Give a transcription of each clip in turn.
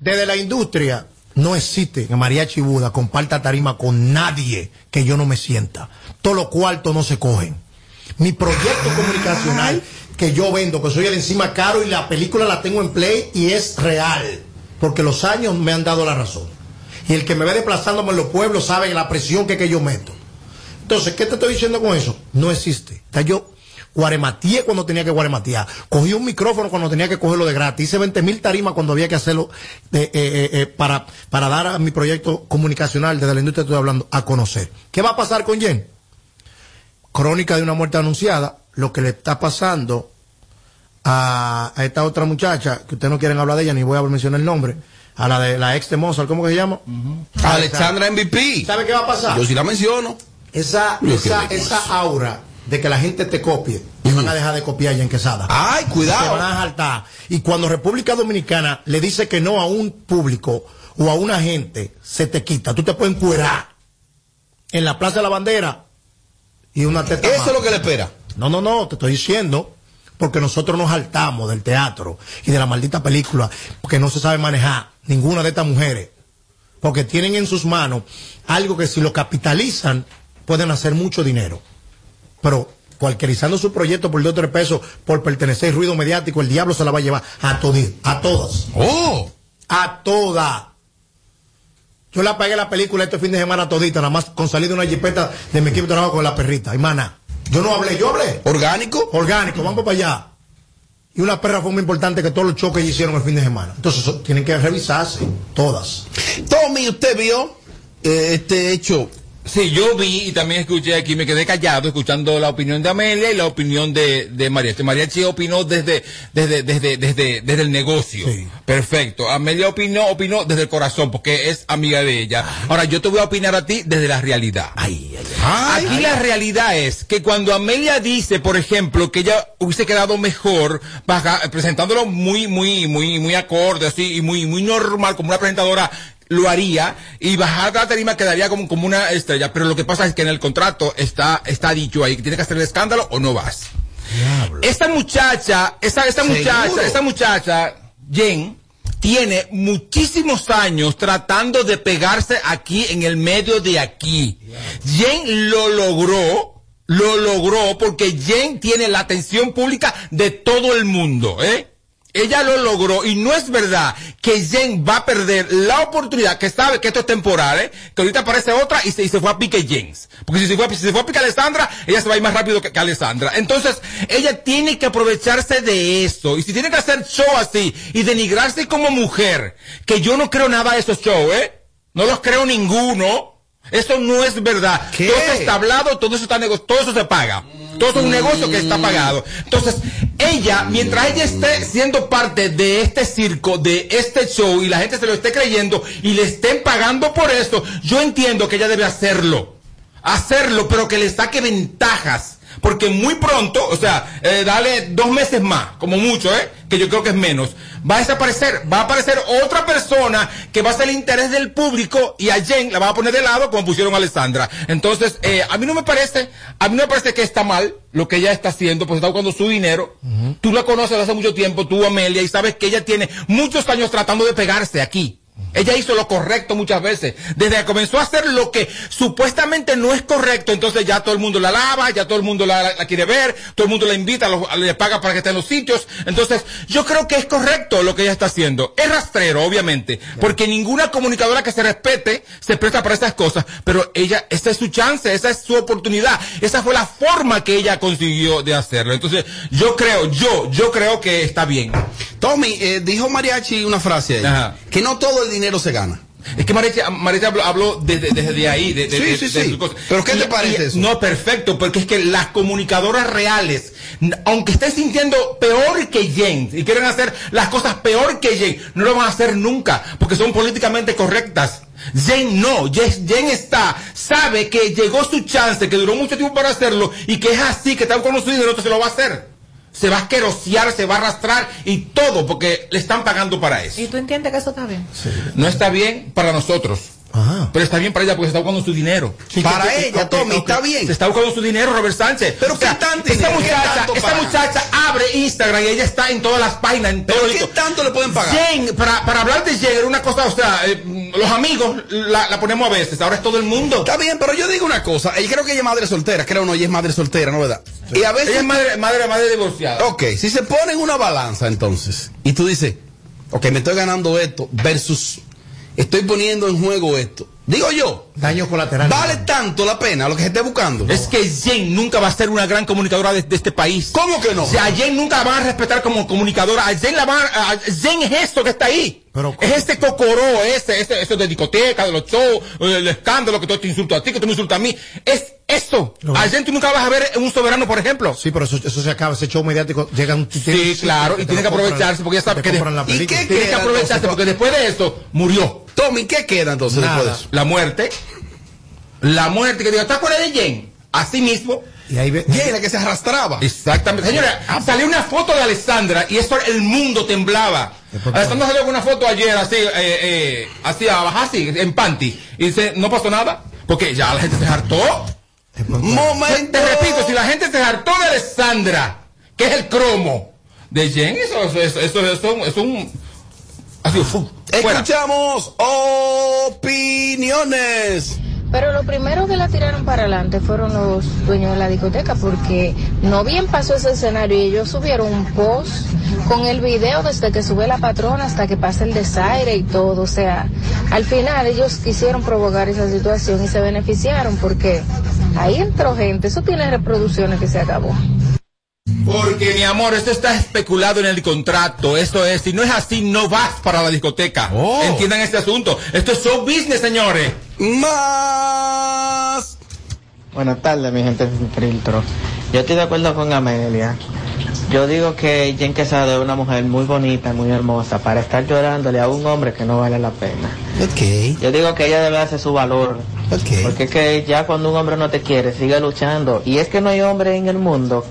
Desde la industria no existe que Mariachi Buda comparta tarima con nadie que yo no me sienta. Todos los cuartos no se cogen. Mi proyecto comunicacional que yo vendo, que soy el encima caro y la película la tengo en play y es real, porque los años me han dado la razón. Y el que me ve desplazándome en los pueblos sabe la presión que, que yo meto. Entonces, ¿qué te estoy diciendo con eso? No existe. O sea, yo guaremateé cuando tenía que guarematear, cogí un micrófono cuando tenía que cogerlo de gratis, hice 20 mil tarimas cuando había que hacerlo de, eh, eh, eh, para, para dar a mi proyecto comunicacional desde la industria estoy hablando a conocer. ¿Qué va a pasar con Jen? Crónica de una muerte anunciada, lo que le está pasando a, a esta otra muchacha, que ustedes no quieren hablar de ella, ni voy a mencionar el nombre, a la de la ex de Mozart, ¿cómo que se llama? Alexandra MVP. ¿Sabe qué va a pasar? Yo sí la menciono. Esa, Yo esa, qué esa aura de que la gente te copie, y van a dejar de copiar ya en Quesada. Ay, Se van cuidado. a jaltar. Y cuando República Dominicana le dice que no a un público o a una gente, se te quita. Tú te puedes encuerar en la Plaza de la Bandera y una teta Eso más. es lo que le espera. No, no, no, te estoy diciendo porque nosotros nos saltamos del teatro y de la maldita película porque no se sabe manejar ninguna de estas mujeres. Porque tienen en sus manos algo que si lo capitalizan pueden hacer mucho dinero. Pero cualquierizando su proyecto por dos o tres pesos por pertenecer al ruido mediático, el diablo se la va a llevar a, todi- a todas. Oh, A todas. Yo la pagué la película este fin de semana todita, nada más con salir de una jipeta de mi equipo de trabajo con la perrita, hermana. Yo no hablé, yo hablé orgánico. orgánico, vamos para allá. Y una perra fue muy importante que todos los choques hicieron el fin de semana. Entonces eso tienen que revisarse todas. Tommy, usted vio eh, este hecho. Sí, yo vi y también escuché aquí, me quedé callado escuchando la opinión de Amelia y la opinión de, de Mariachi. Mariachi opinó desde, desde, desde, desde, desde el negocio. Sí. Perfecto. Amelia opinó, opinó desde el corazón porque es amiga de ella. Ahora, yo te voy a opinar a ti desde la realidad. Ay, Aquí la realidad es que cuando Amelia dice, por ejemplo, que ella hubiese quedado mejor baja- presentándolo muy, muy, muy, muy acorde, así, y muy, muy normal, como una presentadora lo haría, y bajar de la tarima quedaría como, como una estrella. Pero lo que pasa es que en el contrato está, está dicho ahí que tiene que hacer el escándalo o no vas. Esta muchacha, esta, esta Seguro. muchacha, esta muchacha, Jen, tiene muchísimos años tratando de pegarse aquí en el medio de aquí. Jen lo logró, lo logró porque Jen tiene la atención pública de todo el mundo, ¿eh? Ella lo logró y no es verdad que Jen va a perder la oportunidad, que sabe que esto es temporal, ¿eh? que ahorita aparece otra y se, y se fue a pique Jens. Porque si se, fue, a- si se fue a pique Alessandra, ella se va a ir más rápido que, que Alessandra. Entonces, ella tiene que aprovecharse de eso. Y si tiene que hacer show así y denigrarse como mujer, que yo no creo nada de esos shows, ¿eh? No los creo ninguno. Eso no es verdad. ¿Qué? Todo eso está hablado, todo eso está nego- todo eso se paga. Todo eso es un negocio que está pagado. Entonces, ella, mientras ella esté siendo parte de este circo, de este show, y la gente se lo esté creyendo y le estén pagando por eso, yo entiendo que ella debe hacerlo. Hacerlo, pero que le saque ventajas. Porque muy pronto, o sea, eh, dale dos meses más, como mucho, ¿eh? que yo creo que es menos, va a desaparecer, va a aparecer otra persona que va a ser el interés del público y a Jen la va a poner de lado como pusieron a Alessandra. Entonces, eh, a mí no me parece, a mí no me parece que está mal lo que ella está haciendo, porque está buscando su dinero. Tú la conoces desde hace mucho tiempo, tú Amelia, y sabes que ella tiene muchos años tratando de pegarse aquí. Ella hizo lo correcto muchas veces. Desde que comenzó a hacer lo que supuestamente no es correcto, entonces ya todo el mundo la lava, ya todo el mundo la, la- la quiere ver, todo el mundo la invita, lo- le paga para que esté en los sitios. Entonces, yo creo que es correcto lo que ella está haciendo. Es rastrero, obviamente, porque ninguna comunicadora que se respete se presta para esas cosas, pero ella, esa es su chance, esa es su oportunidad, esa fue la forma que ella consiguió de hacerlo. Entonces, yo creo, yo, yo creo que está bien. Tommy, eh, dijo Mariachi una frase ahí, Ajá. que no todo el dinero se gana. Es que Marecha, Marecha habló, habló desde, desde ahí, de, de- Sí, de- sí, de sí. su cosa. Pero ¿qué te parece eso? No, perfecto, porque es que las comunicadoras reales, n- aunque estén sintiendo peor que Jen, y quieren hacer las cosas peor que Jen, no lo van a hacer nunca, porque son políticamente correctas. Jen no, Jen, Jen está, sabe que llegó su chance, que duró mucho tiempo para hacerlo, y que es así, que está conocido y el otro se lo va a hacer. Se va a asquerosear, se va a arrastrar y todo, porque le están pagando para eso. ¿Y tú entiendes que eso está bien? No está bien para nosotros. Ajá. Pero está bien para ella porque se está buscando su dinero. Sí, Para que- que- ella, ok, Tommy, ok. está bien. Se está buscando su dinero, Robert Sánchez. Pero ¿qué tanto esta dinero? ¿Qué muchacha, tanto esta paga? muchacha abre Instagram y ella está en todas las páginas, en todo ¿Pero el qué tanto le pueden pagar? Jen, para, para hablar de Jen era una cosa, o sea, eh, los amigos la, la ponemos a veces, ahora es todo el mundo. Está bien, pero yo digo una cosa. Y creo que ella es madre soltera, creo no, ella es madre soltera, ¿no verdad? Y a veces. Ella es madre, madre, madre divorciada. Ok, si se pone en una balanza entonces, y tú dices, ok, me estoy ganando esto, versus estoy poniendo en juego esto. Digo yo, Daño colateral. ¿vale tanto la pena lo que se esté buscando? Es que Jen nunca va a ser una gran comunicadora de, de este país. ¿Cómo que no? O sea, a Jen nunca la van a respetar como comunicadora. A Jen, la van a- a- Jen es esto que está ahí. Pero- es este cocoró, ese, ese, eso de discoteca, de los shows, el escándalo, que tú te insulto a ti, que tú me insultas a mí. Es esto. Lo- A Jen tú nunca vas a ver un soberano, por ejemplo. Sí, pero eso, eso se acaba, ese show mediático llega un Sí, claro, y tiene que aprovecharse porque ya sabe que, te de- compran la ¿Y película. qué? tiene que aprovecharse porque después de esto murió Tommy, ¿qué queda entonces Nada. después de eso? la muerte. La muerte que digo, ¿estás fuera de Jen? Así mismo. Y ahí ve- Y ella es la que se arrastraba. Exactamente. Señora, salió una foto de Alessandra y esto el mundo temblaba. Alessandra salió con una foto ayer así, eh, eh, así abajo, así, en panty. Y dice, no pasó nada. Porque ya la gente se hartó. Te, Momento. te repito, si la gente se hartó de Alessandra, que es el cromo de Jen, eso, eso, eso, eso, eso es un... Así, fu- fuera. Escuchamos opiniones. Pero lo primero que la tiraron para adelante fueron los dueños de la discoteca, porque no bien pasó ese escenario y ellos subieron un post con el video desde que sube la patrona hasta que pasa el desaire y todo. O sea, al final ellos quisieron provocar esa situación y se beneficiaron porque ahí entró gente. Eso tiene reproducciones que se acabó. Porque, mi amor, esto está especulado en el contrato. Esto es, si no es así, no vas para la discoteca. Oh. Entiendan este asunto. Esto es show business, señores. Más. Buenas tardes, mi gente sin filtro. Yo estoy de acuerdo con Amelia. Yo digo que Jen Quesada es una mujer muy bonita, muy hermosa, para estar llorándole a un hombre que no vale la pena. Ok, Yo digo que ella debe hacer su valor. ok. Porque es que ya cuando un hombre no te quiere, sigue luchando. Y es que no hay hombre en el mundo.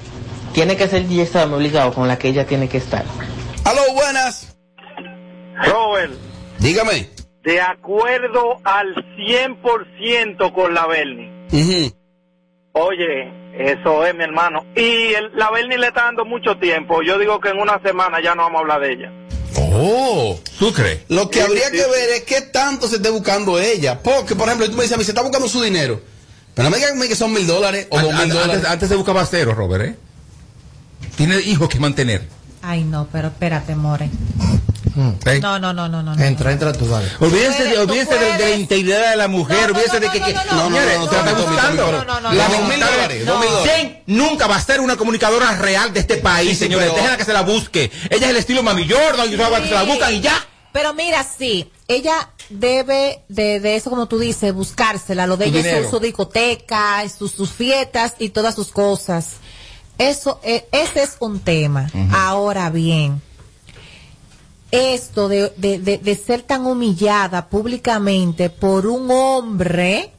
Tiene que ser Jen obligado con la que ella tiene que estar. Aló, buenas. Robert, Dígame. de acuerdo al 100% con la Berni. Ujú. Oye, eso es mi hermano. Y el- la Berni le está dando mucho tiempo. Yo digo que en una semana ya no vamos a hablar de ella. Oh. ¿Tú crees? Lo que habría eh, que ver es qué tanto se esté buscando ella. Porque, por ejemplo, tú me dices a mí, se está buscando su dinero. Pero no me digan que son mil dólares o An- dos an- mil antes, dólares. antes se buscaba cero, Robert, ¿eh? Tiene hijos que mantener. Ay, no, pero espérate, More. ¿eh? No, no, no, no, no. no. Entra, entra tú, dale. Olvídense, Tú de, puedes, olvídense tú de, de la puedes. integridad de la mujer, No, no, olvídense de no, que... no, que- no, no, Señores, no, te la no, está no, no, buscando. no, no, no, La no, no, mujer- no, no, Jen no. Jen nunca va a ser una comunicadora real de este país, Sí, sí, señores. pero- Déjenla que se la busque. Ella es el estilo Mami Jordan, y se la buscan y ya. Pero mira, sí, ella debe de, de eso, como tú dices, buscársela. Lo de Tu ella es dinero. su- su discoteca, sus, sus fiestas y todas sus cosas. Eso, eh, ese es un tema. Ahora bien, esto de, de- de- de ser tan humillada públicamente por un hombre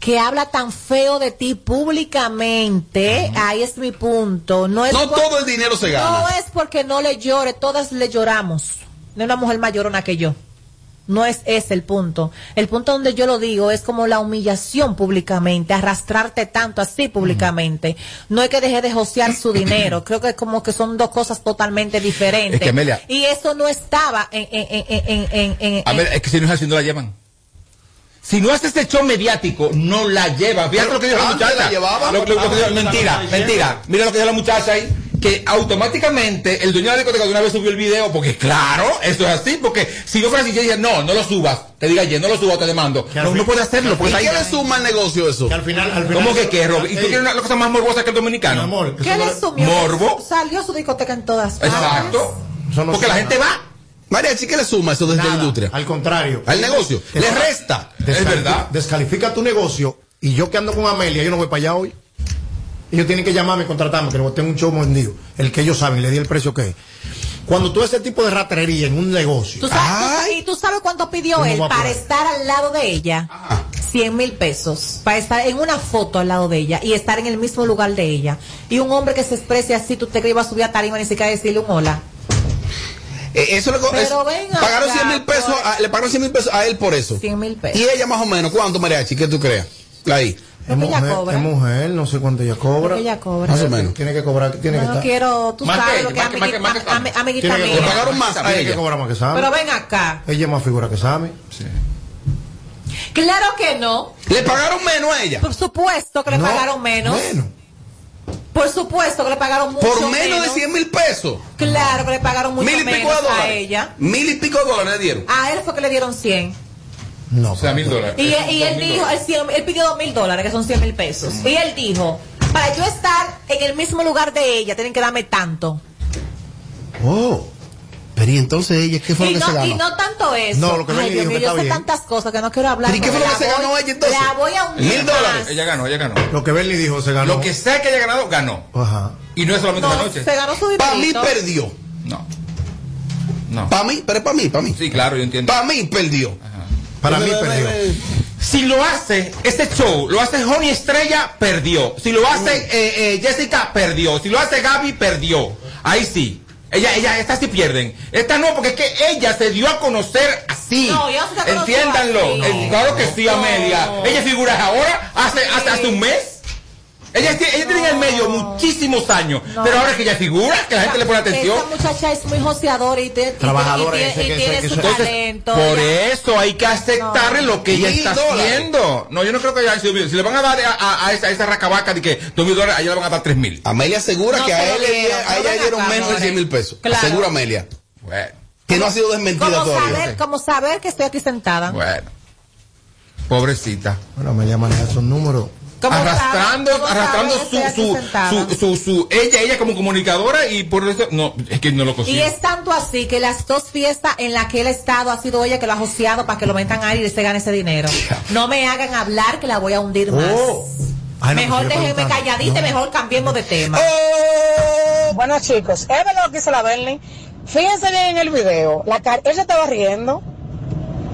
que habla tan feo de ti públicamente, ahí es mi punto. No, es No por- todo el dinero se gana. No es porque no le llore, todas le lloramos. No es una mujer más llorona que yo. No es ese el punto. El punto donde yo lo digo es como la humillación públicamente, arrastrarte tanto así públicamente. No es que deje de josear su dinero. Creo que es como que son dos cosas totalmente diferentes. Es que, Amelia- y eso no estaba en... en, en, en, en, en- A ver, es que si no es así, no la llevan. Si no hace este show mediático, no la lleva. Fíjate lo que dijo la antes muchacha. la llevaba. Lo- lo- lo que dijo- mentira, mentira. Mira lo que dijo la muchacha ahí. Que automáticamente el dueño de la discoteca de una vez subió el video, porque claro, eso es así, porque si yo fuera así, yo diría, no, no lo subas, te diga, yo no lo subo, te demando. Que al No, fin- no puede hacerlo, ¿Y porque qué está le ahí. suma al negocio eso? Que al final, al final. ¿Cómo que qué, Rob? ¿Y tú Ey, quieres una cosa más morbosa que el dominicano? mi amor, ¿Qué eso no- le sumió? Morbo. Salió su discoteca en todas partes. Exacto. Eso no porque la suena. gente va. Mariachi, ¿qué le suma eso desde nada, la industria? Al contrario. Al negocio. Le resta. Es Descalifi- verdad. Descalifica tu negocio y yo que ando con Amelia, yo no voy para allá hoy. Ellos tienen que llamarme y contratarme, que tengo un show vendido. El que ellos saben, le di el precio que es. Cuando tú ese tipo de ratería en un negocio, ¿Tú sabes, Ay. ¿Y tú sabes cuánto Yo pidió no él voy a para apurar. estar al lado de ella? 100 mil pesos. Para estar en una foto al lado de ella y estar en el mismo lugar de ella. Y un hombre que se exprese así, tú te crees que iba a subir a tarima ni siquiera decirle un hola. Eh, eso le co- Pero pues. eso- ven pagaron acá, 100 mil pesos, por- a- le pagaron 100 mil pesos a él por eso. 100 mil pesos. Y ella más o menos, ¿cuánto, Mariachi? ¿Qué tú creas? Ahí, Lo Es que ella mujer, cobra. es mujer, no sé cuánto ella cobra. Lo que ella cobra. más o menos. Tiene que cobrar, tiene que No estar. quiero, tú Más que sabes lo ella, que es más que- más que- más que- amiguita- am- amiguita Tiene que Le mía. pagaron más a Tiene que ella. cobrar más que Sammy. Pero ven acá. Ella es más figura que Sammy. Claro que no. Le pagaron menos a ella. Por supuesto que le No, pagaron menos. Bueno, Por supuesto que le pagaron mucho Por menos de 100 mil pesos. Claro que le pagaron mucho mil y pico menos de a dólares. ella. Mil y pico de dólares le dieron. A él fue que le dieron 100. no. O sea, mil dólares. Y, él- y él Mil dijo, dólares. él, sí- él pidió dos mil dólares, que son 100 mil pesos. Y él dijo, para yo estar en el mismo lugar de ella, tienen que darme tanto. Oh. Pero y entonces ella, ¿qué Y no, y no tanto eso. No, lo que Benny Ay, Dios dijo mío, que yo está sé bien. tantas cosas que no quiero hablar. ¿Y qué fue lo porque que la se voy- ganó ella entonces? La voy a hundir Mil dólares. más. Ella ganó, ella ganó. Lo que Bernie dijo se ganó. Lo que sea que haya ganado, ganó. Ajá. Y no es solamente No, esa noche. se ganó su dinero. Para mí perdió. No. No. Para mí, pero es para mí, para mí. Sí, claro, yo entiendo. Para mí perdió. Para mí Pero, perdió. eh, eh, Si lo hace este show, lo hace Johnny Estrella, perdió. Si lo hace eh, eh, Jessica, perdió. Si lo hace Gaby, perdió. Ahí sí. Ella, ella, estas sí pierden. Esta no, porque es que ella se dio a conocer así. No, ella se conoció Entiéndanlo. así. Eh, claro que sí, No. Amelia. Ella figura ahora, hace, hace, hace un mes. Ella, ella tiene en el medio muchísimos años. No. Pero ahora que ella figura, que la gente le pone atención. Esta muchacha es muy joseadora y, te- y Trabajadora, tiene- ese y que- tiene ese su que- Entonces, talento. por Ya. eso hay que aceptarle lo que ella Mil está dólares. haciendo. No, yo no creo que haya sido. Si le van a dar a, a- a esa, a esa racabaca de que dos mil dólares, allá le van a dar tres mil. Amelia asegura No que se a, lo él, le- dieron, a no ella ven dieron acá, menos de Lore. 100 mil pesos. Claro. Asegura Amelia. Bueno, Que no ha sido desmentida Como todavía. saber, como saber que estoy aquí sentada. bueno. Pobrecita. Bueno, me llaman esos números. Como arrastrando saber- como arrastrando saber que estoy aquí su, sentada. su, su, su, su- ella, ella como comunicadora y por eso, no, es que no lo Y consigo. es tanto así que las dos fiestas en las que él ha estado ha sido ella que lo ha joseado para que lo metan ahí y se gane ese dinero. No me hagan hablar que la voy a hundir más. Oh. Ay, no, mejor pues yo déjenme preguntaba. calladita, No. y mejor cambiemos de tema. Oh. Bueno chicos, es verdad lo que hizo la Bernie. Fíjense bien en el video. La cara, ella estaba riendo.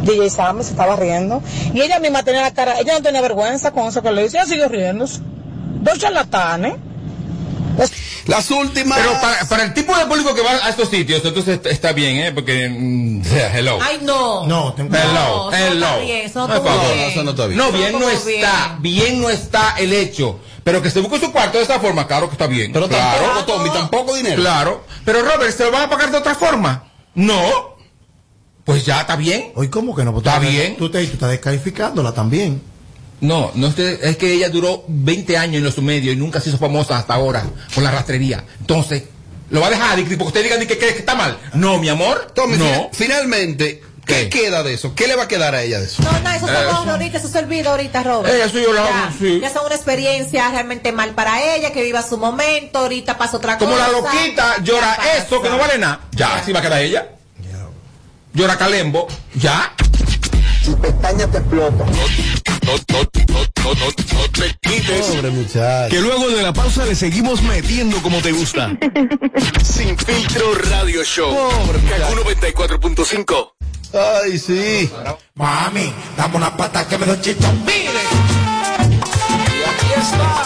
DJ Sammy se estaba riendo. Y ella misma tenía la cara, ella no tenía vergüenza con eso que le hizo. Ella siguió riéndose. Dos charlatanes. Las últimas. Pero para, para el tipo de público que va a estos sitios, entonces está- está bien, ¿eh? Porque, mm, hello. Ay, no. No, ten cuidado. Hello, No, eso no hello. está bien, eso no No, estuvo por favor, bien. no, eso no está bien. No, bien no estuvo bien. está, bien no está el hecho. Pero que se busque su cuarto de esa forma, claro que está bien. Pero claro, tampoco, Tommy, tampoco dinero. claro. Pero Robert, ¿se lo van a pagar de otra forma? No. Pues ya, ¿está bien? Hoy, ¿cómo que no? Pues Está tú- bien. Tú, te, tú estás descalificándola también. No, no es que, es que ella duró 20 años en los medios y nunca se hizo famosa hasta ahora con la rastrería. Entonces, ¿lo va a dejar? Y porque ustedes digan que, que, que está mal. No, mi amor. Tommy, no. fina- finalmente, ¿Qué? ¿qué queda de eso? ¿Qué le va a quedar a ella de eso? No, no, eso se Eso. borra ahorita, eso se olvida ahorita, Robert. Eh, eso yo lo ya, hago, sí. ya son una experiencia realmente mal para ella, que viva su momento, ahorita pasa otra Como cosa. la loquita llora Ya pasa. eso que no vale nada. Ya, así va a quedar ella. Llora Calembo. Ya. Pobre muchacho. Que luego de la pausa le seguimos metiendo como te gusta. Sin filtro radio show. Por 94.5. Ay, sí. Mami, dame una pata que me doy chichón. Y aquí está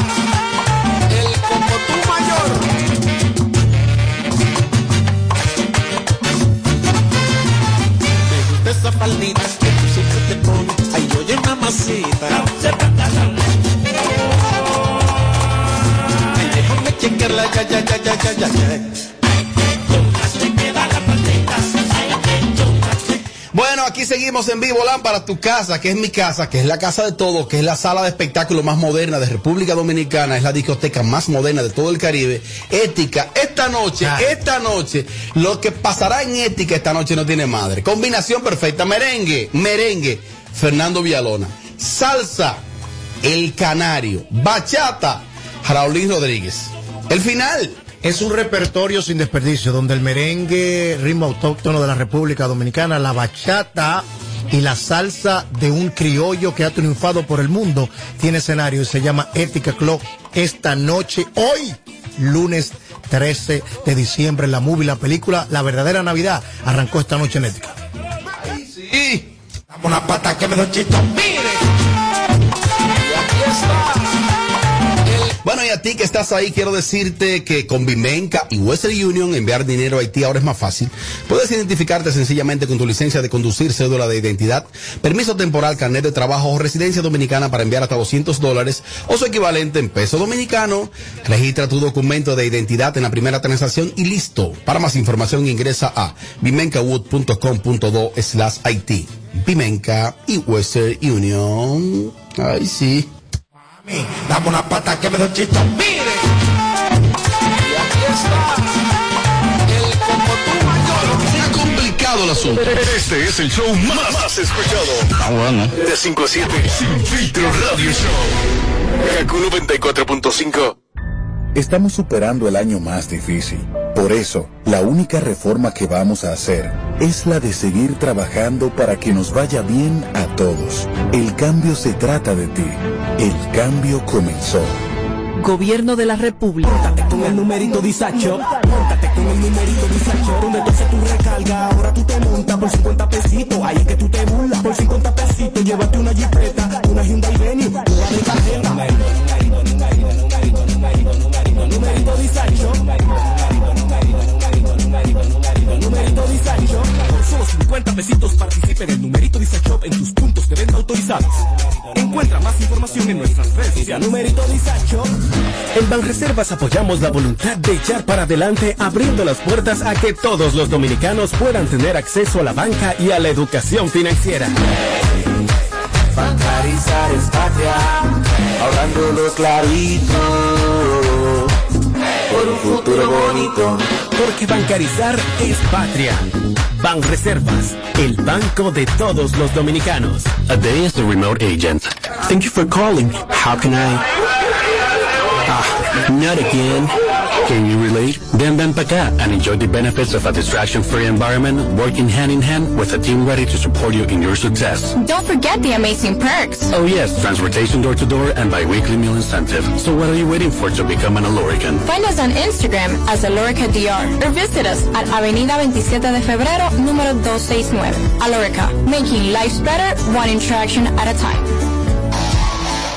el como tú mayor. de esas falditas que tú siempre te pones. Ay, oye, mamacita. Ay, déjame chequearla, ya, ya, ya, ya, ya, ya, ya. Bueno, aquí seguimos en vivo, Lámpara, tu casa, que es mi casa, que es la casa de todos, que es la sala de espectáculo más moderna de República Dominicana, es la discoteca más moderna de todo el Caribe. Ética, esta noche, Claro. esta noche, lo que pasará en Ética esta noche no tiene madre. Combinación perfecta, merengue, merengue, Fernando Villalona. Salsa, El Canario. Bachata, Raulín Rodríguez. El final. Es un repertorio sin desperdicio, donde el merengue, ritmo autóctono de la República Dominicana, la bachata y la salsa de un criollo que ha triunfado por el mundo tiene escenario y se llama Ética Club esta noche, hoy, lunes 13 de diciembre, la movie, la película, la verdadera Navidad, arrancó esta noche en Ética. Sí. Dame una pata que me doy chichón. Y aquí está el Bueno, Bueno, y a ti que estás ahí, quiero decirte que con Bimenca y Western Union enviar dinero a Haití ahora es más fácil. Puedes identificarte sencillamente con tu licencia de conducir, cédula de identidad, permiso temporal, carnet de trabajo o residencia dominicana para enviar hasta 200 dólares o su equivalente en peso dominicano. Registra tu documento de identidad en la primera transacción y listo. Para más información ingresa a bimencawood.com.do slash Haití. Bimenca y Western Union. Ay, sí. mí, dame una pata que me doy chito. Mire, y aquí está el como tú mayor. Se ha complicado el asunto. Este es el show más, más escuchado. Ah, bueno. De 5 a 7. Sin filtro radio show. Kaku 94.5. Estamos superando el año más difícil. Por eso, la única reforma que vamos a hacer es la de seguir trabajando para que nos vaya bien a todos. El cambio se trata de ti. El cambio comenzó. Gobierno de la República. Móntate con el numerito disacho. Móntate con el numerito disacho. Donde tú haces tu recarga, ahora tú te montas por 50 pesitos. Ahí es que tú te burlas por 50 pesitos. Llévate una jipeta, una Hyundai Venue, una de cajeta. Numerito disacho. Numerito disacho. Por solo 50 pesitos participe en el numerito disacho en tus puntos de venta autorizados. Encuentra más información en nuestras redes sociales. Numerito disacho. En Banreservas apoyamos la voluntad de echar para adelante abriendo las puertas a que todos los dominicanos puedan tener acceso a la banca y a la educación financiera. Bancarizar es patria, ahorrándonos clarito. Por un futuro bonito. Porque bancarizar es patria. Banreservas, el banco de todos los dominicanos. Ade is the remote agent. Thank you for calling. How can I? Ah, not again. Can you relate? Then ven para acá and enjoy the benefits of a distraction-free environment, working hand in hand with a team ready to support you in your success. Don't forget the amazing perks. Oh yes, transportation door to door and bi-weekly meal incentive. So what are you waiting for to become an Alorican? Find us on Instagram as Alorica DR or visit us at Avenida 27 de Febrero, número 269. Alorica, making lives better, one interaction at a time.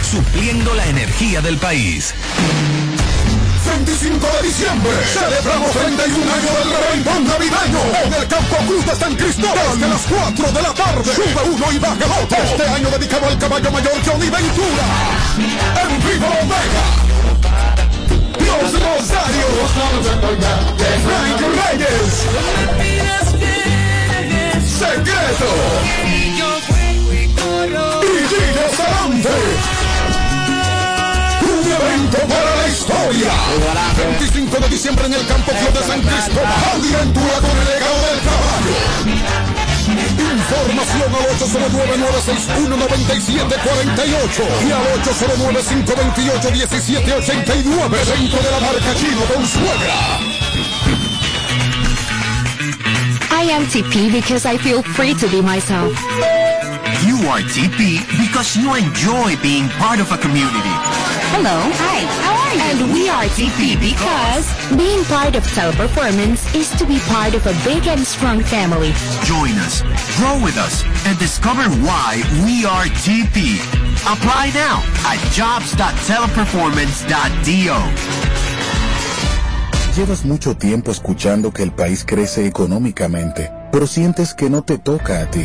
supliendo la energía del país. 25 de diciembre celebramos 31 años del Reventón Navideño en el Campo Cruz de San Cristóbal desde las 4 de la tarde. Sube uno y baja el otro. Este año dedicado al caballo mayor Johnny Ventura. En vivo Omega. Dios Rosario. Frank Reyes. Secreto. Y Gino Sarante. Un evento para la historia. 25 de diciembre en el Campo Club de San Cristóbal. Audi Ventura con el legado del caballo. Información al 809-961-9748 y al 809-528-1789. Centro de la marca Chino con suegra. I am TP because I feel free to be myself. You are TP because you enjoy being part of a community. Hello. Hi. How are you? And we are TP because being part of Teleperformance is to be part of a big and strong family. Join us, grow with us, and discover why we are TP. Apply now at jobs.teleperformance.do. Llevas mucho tiempo escuchando que el país crece económicamente, pero sientes que no te toca a ti.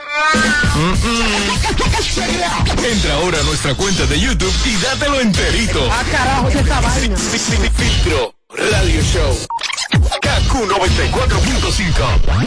Mm-mm. Entra ahora a nuestra cuenta de YouTube y dátelo enterito. Ah, carajo, ¿qué esta vaina? Sin- sin- sin filtro Radio Show. KQ 94.5.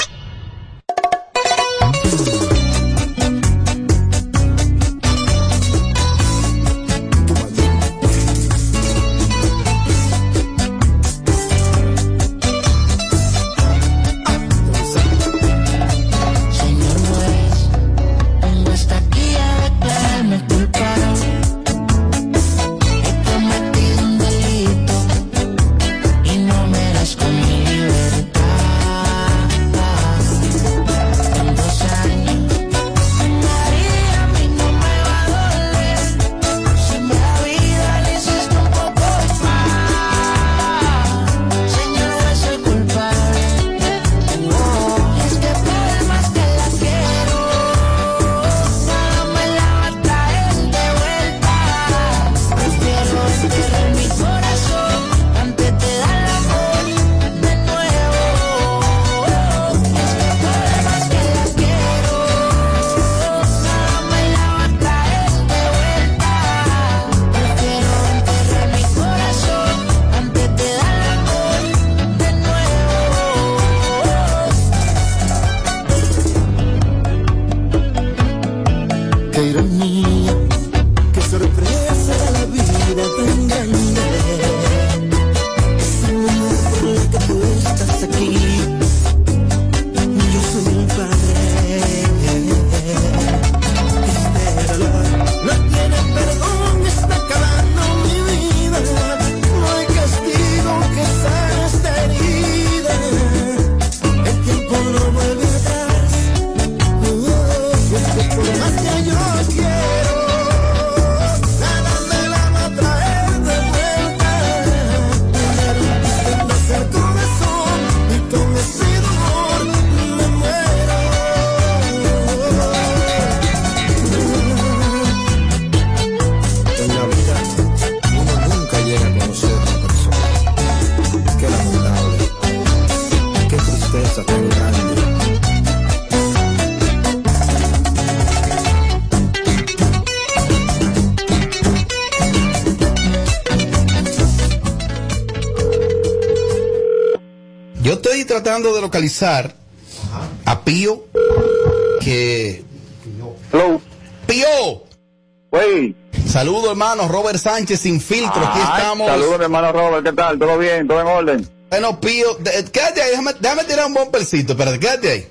Yo estoy tratando de localizar a Pío, que... Pío. Wey. Saludo, hermano. Robert Sánchez, sin filtro. Aquí Ay, estamos. Saludos, mi hermano Robert. ¿Qué tal? ¿Todo bien? ¿Todo en orden? Bueno, Pío, de- quédate ahí. Déjame, déjame tirar un buen percito. Espérate, quédate ahí.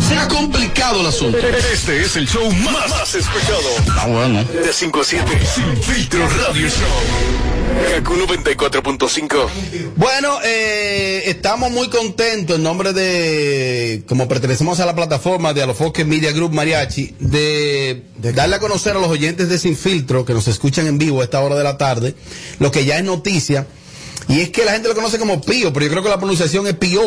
Se ha complicado el asunto. Este es el show más, más escuchado. Ah, bueno. De 5 a 7. Sin filtro radio show. Kaku 94.5. Bueno, eh, estamos muy contentos en nombre de, como pertenecemos a la plataforma de Alofoque Media Group Mariachi, de, darle a conocer a los oyentes de Sin Filtro que nos escuchan en vivo a esta hora de la tarde, lo que ya es noticia, y es que la gente lo conoce como Pío, pero yo creo que la pronunciación es Pío.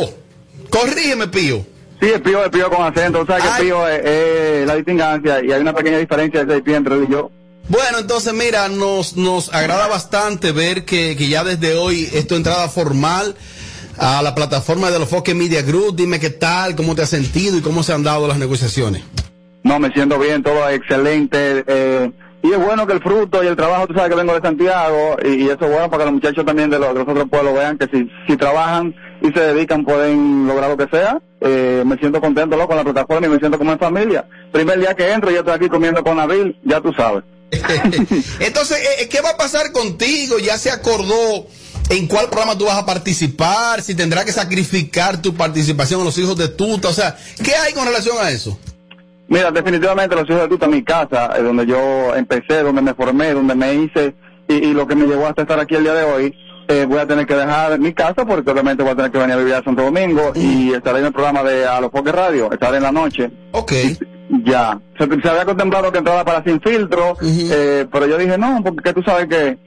Corrígeme, Pío. Sí, el pío, el pío con acento. O sea, que el pío es, es la distingancia y hay una pequeña diferencia de seis pies entre él y yo. Bueno, entonces mira, nos, nos agrada bastante ver que, que ya desde hoy esto entrada formal a la plataforma de los Foque Media Group. Dime qué tal, cómo te has sentido y cómo se han dado las negociaciones. No, me siento bien, todo excelente. eh, y es bueno que el fruto y el trabajo, tú sabes que vengo de Santiago, y, y eso es bueno para que los muchachos también de los, de los otros pueblos vean que si, si trabajan y se dedican pueden lograr lo que sea. Eh, me siento contento loco con la plataforma y me siento como en familia. Primer día que entro, yo estoy aquí comiendo con Nabil, ya tú sabes. Entonces, eh, eh, ¿qué va a pasar contigo? ¿Ya se acordó en cuál programa tú vas a participar? ¿Si tendrás que sacrificar tu participación a los hijos de tuta? O sea, ¿qué hay con relación a eso? Mira, definitivamente los hijos de tuta, mi casa, es donde yo empecé, donde me formé, donde me hice y, y lo que me llevó hasta estar aquí el día de hoy, eh, voy a tener que dejar mi casa porque obviamente voy a tener que venir a vivir a Santo Domingo y estaré en el programa de A los Foques Radio, estaré en la noche. Mm. Ok. Ya, se, se había contemplado que entrara para sin filtro, eh, pero yo dije no, porque tú sabes que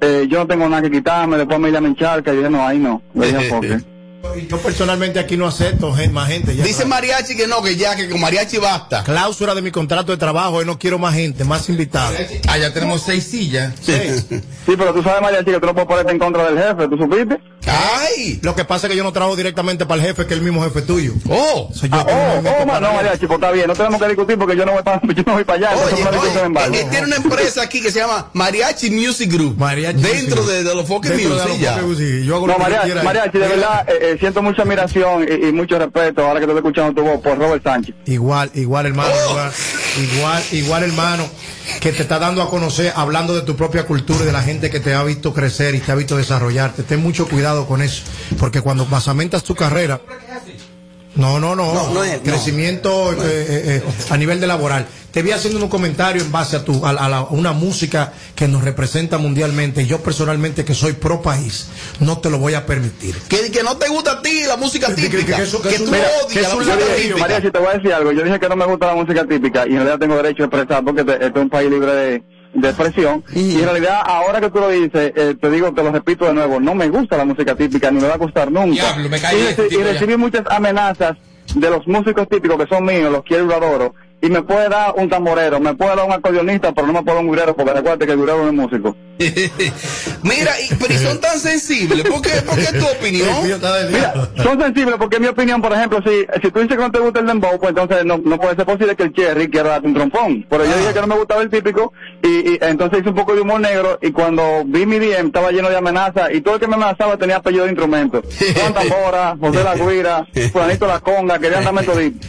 eh, yo no tengo nada que quitarme, después me iré a mi encharca, y yo dije no, ahí no, le dije a Foques. Yo personalmente aquí no acepto gen- más gente. Dice Mariachi que no, que ya, que con Mariachi basta. Cláusula de mi contrato de trabajo, yo no quiero más gente, más invitados. Ah, ya tenemos seis sillas. Sí, pero tú sabes, María, que tú no puedes ponerte en contra del jefe, ¿tú supiste? ¡Ay! Lo que pasa es que yo no trabajo directamente para el jefe, que es el mismo jefe tuyo. ¡Oh! Soy yo este Ah, que me oh, meto oh, ma- para no, él. María, chico, está bien, no tenemos que discutir porque yo no voy para, yo no voy para allá. entonces es una discusión en balde. Él eh, tiene una empresa aquí que se llama Mariachi Music Group. dentro de, de los Foque Dentro Music. de los ya. Foque No, Mariachi, Mariachi, de verdad, eh, eh, siento mucha admiración y, y mucho respeto ahora que te estoy escuchando tu voz por Robert Sánchez. Igual, igual hermano, igual, igual, igual, hermano, que te está dando a conocer, hablando de tu propia cultura y de la gente que te ha visto crecer y te ha visto desarrollarte. Ten mucho cuidado con eso, porque cuando basamentas tu carrera, no, no, no, No, no es, no. crecimiento eh, eh, eh, a nivel de laboral. Te vi haciendo un comentario en base a tu a, la- a la- una música que nos representa mundialmente. Yo personalmente que soy pro país, no te lo voy a permitir. Que, que no te gusta a ti la música que- típica. que Que, eso- que eso- tú mira, que odias la yo música dije, típica. María, si te voy a decir algo, yo dije que no me gusta la música típica y en realidad tengo derecho a expresar porque te- este es un país libre de, de expresión. Y en realidad, ahora que tú lo dices, eh, te digo, te lo repito de nuevo, no me gusta la música típica, ni me va a gustar nunca. Diablo, me caí y, de este reci- y tipo ya. recibí muchas amenazas de los músicos típicos que son míos, los quiero y los adoro. Y me puede dar un tamborero, me puede dar un acordeonista, pero no me puede dar un gurero, porque recuerda que el gurero no es músico. Mira, y- pero y son tan sensibles. ¿Por qué, por qué es tu opinión? Mira, son sensibles porque en mi opinión, por ejemplo, si, si tú dices que no te gusta el dembow, pues entonces no, no puede ser posible que el Cherry quiera darte un trompón. Pero yo dije que no me gustaba el típico y, y entonces hice un poco de humor negro y cuando vi mi DM estaba lleno de amenazas y todo el que me amenazaba tenía apellido de instrumento. Juan Tambora, José La Guira, Juanito La Conga, querían darme todito.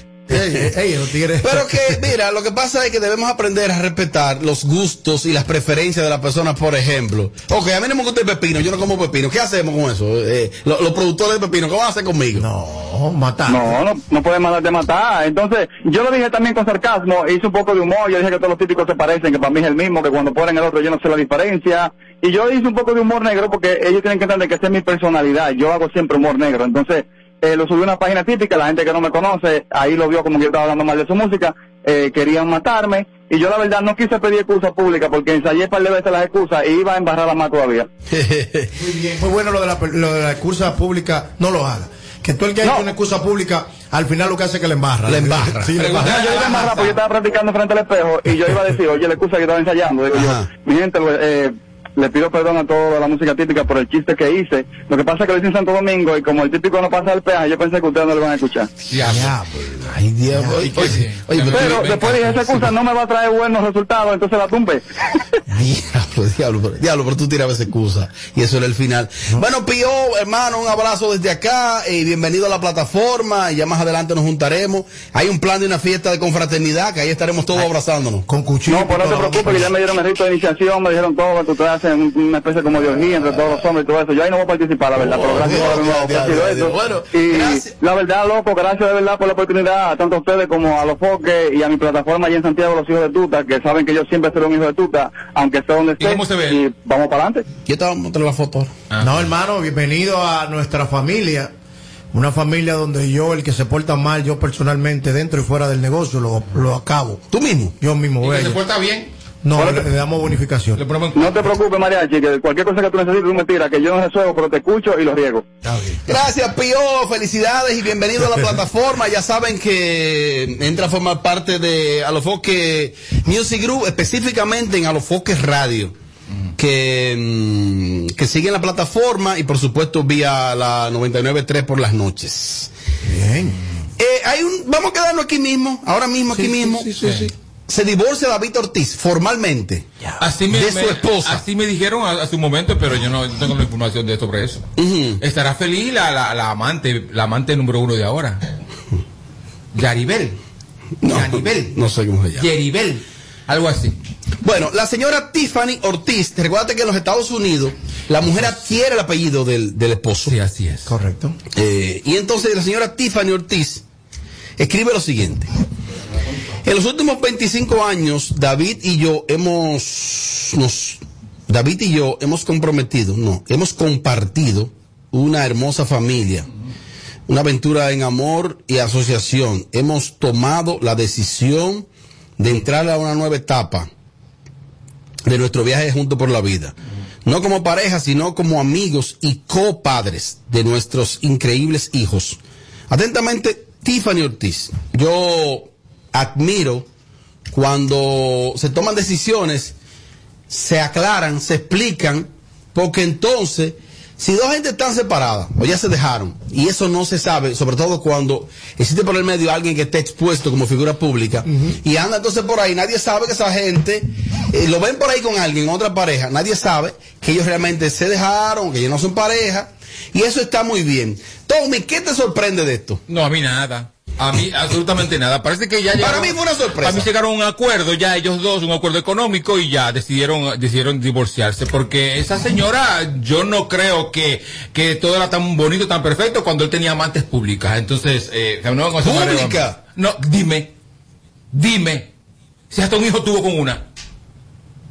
Pero que, mira, lo que pasa es que debemos aprender a respetar los gustos y las preferencias de las personas, por ejemplo. Ok, a mí no me gusta el pepino, yo no como pepino. ¿Qué hacemos con eso? Eh, lo- los productores de pepino, ¿qué van a hacer conmigo? No, matar. No, no, no pueden mandarte matar. Ah, Entonces, yo lo dije también con sarcasmo, hice un poco de humor, yo dije que todos los típicos se parecen, que para mí es el mismo, que cuando ponen el otro yo no sé la diferencia. Y yo hice un poco de humor negro porque ellos tienen que entender que esa es mi personalidad, yo hago siempre humor negro. Entonces, eh, lo subí a una página típica, la gente que no me conoce, ahí lo vio como que yo estaba hablando mal de su música, eh, querían matarme. Y yo la verdad no quise pedir excusa pública porque ensayé para par de veces las excusas y iba a embarrarla más todavía. Muy bien, Eh, muy bueno lo de la, lo de la excusa pública, no lo haga. Que tú el que ha hecho una excusa pública, al final lo que hace es que le embarra. Le embarra. Sí, le No, embarra. yo iba a embarrar porque yo estaba practicando frente al espejo y yo iba a decir, oye, la excusa que estaba ensayando, digo yo, mi gente, lo- eh, Le pido perdón a toda la música típica por el chiste que hice. Lo que pasa es que lo hice en Santo Domingo y como el típico no pasa el peaje, yo pensé que ustedes no lo van a escuchar. pues. pues. Ay, Dios. Oye, oye, oye, pero ven después acá. dije, esa excusa no me va a traer buenos resultados, entonces la tumbe. Diablo, diablo, pero, diablo, pero tú tirabas esa excusa. Y eso era el final. Bueno, Pío, hermano, un abrazo desde acá. eh, Y bienvenido a la plataforma. y Ya más adelante nos juntaremos. Hay un plan de una fiesta de confraternidad que ahí estaremos todos abrazándonos. Con cuchillo. No, pues no te preocupes, que ya me dieron el rito de iniciación, me dijeron todo, que tú te haces un- una especie como de orgía entre todos los hombres y todo eso. Yo ahí no voy a participar, la verdad, Oh, pero gracias por haberme ofrecido esto. y la verdad, loco, gracias de verdad por la oportunidad, tanto a ustedes como a los foques y a mi plataforma allí en Santiago, los hijos de Tuta, que saben que yo siempre seré un hijo de Tuta, aunque sea donde esté. ¿Y vamos para adelante. Yo te voy a mostrar la foto Ah. No, hermano, bienvenido a nuestra familia. Una familia donde yo, el que se porta mal, yo personalmente, dentro y fuera del negocio, lo, lo acabo. ¿Tú mismo? Yo mismo, ¿Y que bello. se porta bien? No, Ahora le, te- le damos bonificación. No te preocupes, Mariachi, que cualquier cosa que tú necesites, tú me tiras, que yo no resuelvo, pero te escucho y lo riego. Gracias, Pío. Felicidades y bienvenido a la plataforma. Ya saben que eh, entra a formar parte de Alofoque Music Group, específicamente en Alofoque Radio. Que, mm, que siguen la plataforma y por supuesto vía la 993 por las noches. Bien. Eh, hay un, vamos a quedarnos aquí mismo, ahora mismo, aquí mismo. Se divorcia David Ortiz formalmente Así me, de su me- esposa. Así me dijeron a- hace un momento, pero yo no yo tengo la información de sobre eso. Estará feliz la, la, la amante, la amante número uno de ahora. Yaribel. Yaribel. No sé cómo se llama. Yeribel. Algo así. Bueno, la señora Tiffany Ortiz, recuerda que en los Estados Unidos la mujer adquiere el apellido del, del esposo. Sí, así es. Correcto. Eh, y entonces la señora Tiffany Ortiz escribe lo siguiente. En los últimos 25 años, David y yo hemos, nos, David y yo hemos comprometido, no, hemos compartido una hermosa familia, una aventura en amor y asociación. Hemos tomado la decisión de entrar a una nueva etapa de nuestro viaje junto por la vida. No como pareja, sino como amigos y copadres de nuestros increíbles hijos. Atentamente, Tiffany Ortiz. Yo admiro cuando se toman decisiones, se aclaran, se explican, porque entonces, si dos gente están separadas o ya se dejaron, y eso no se sabe, sobre todo cuando existe por el medio alguien que esté expuesto como figura pública, y anda entonces por ahí, nadie sabe que esa gente, eh, lo ven por ahí con alguien, otra pareja, nadie sabe que ellos realmente se dejaron, que ellos no son pareja, y eso está muy bien. Tommy, ¿qué te sorprende de esto? No, a mí nada. A mí absolutamente nada. Parece que ya Para llegaron- mí fue una sorpresa. A mí llegaron a un acuerdo, ya ellos dos, un acuerdo económico y ya decidieron, decidieron divorciarse. Porque esa señora, yo no creo que, que todo era tan bonito, tan perfecto cuando él tenía amantes públicas. Entonces, eh, no, con su marido. ¿Pública? No, dime, dime, si hasta un hijo tuvo con una.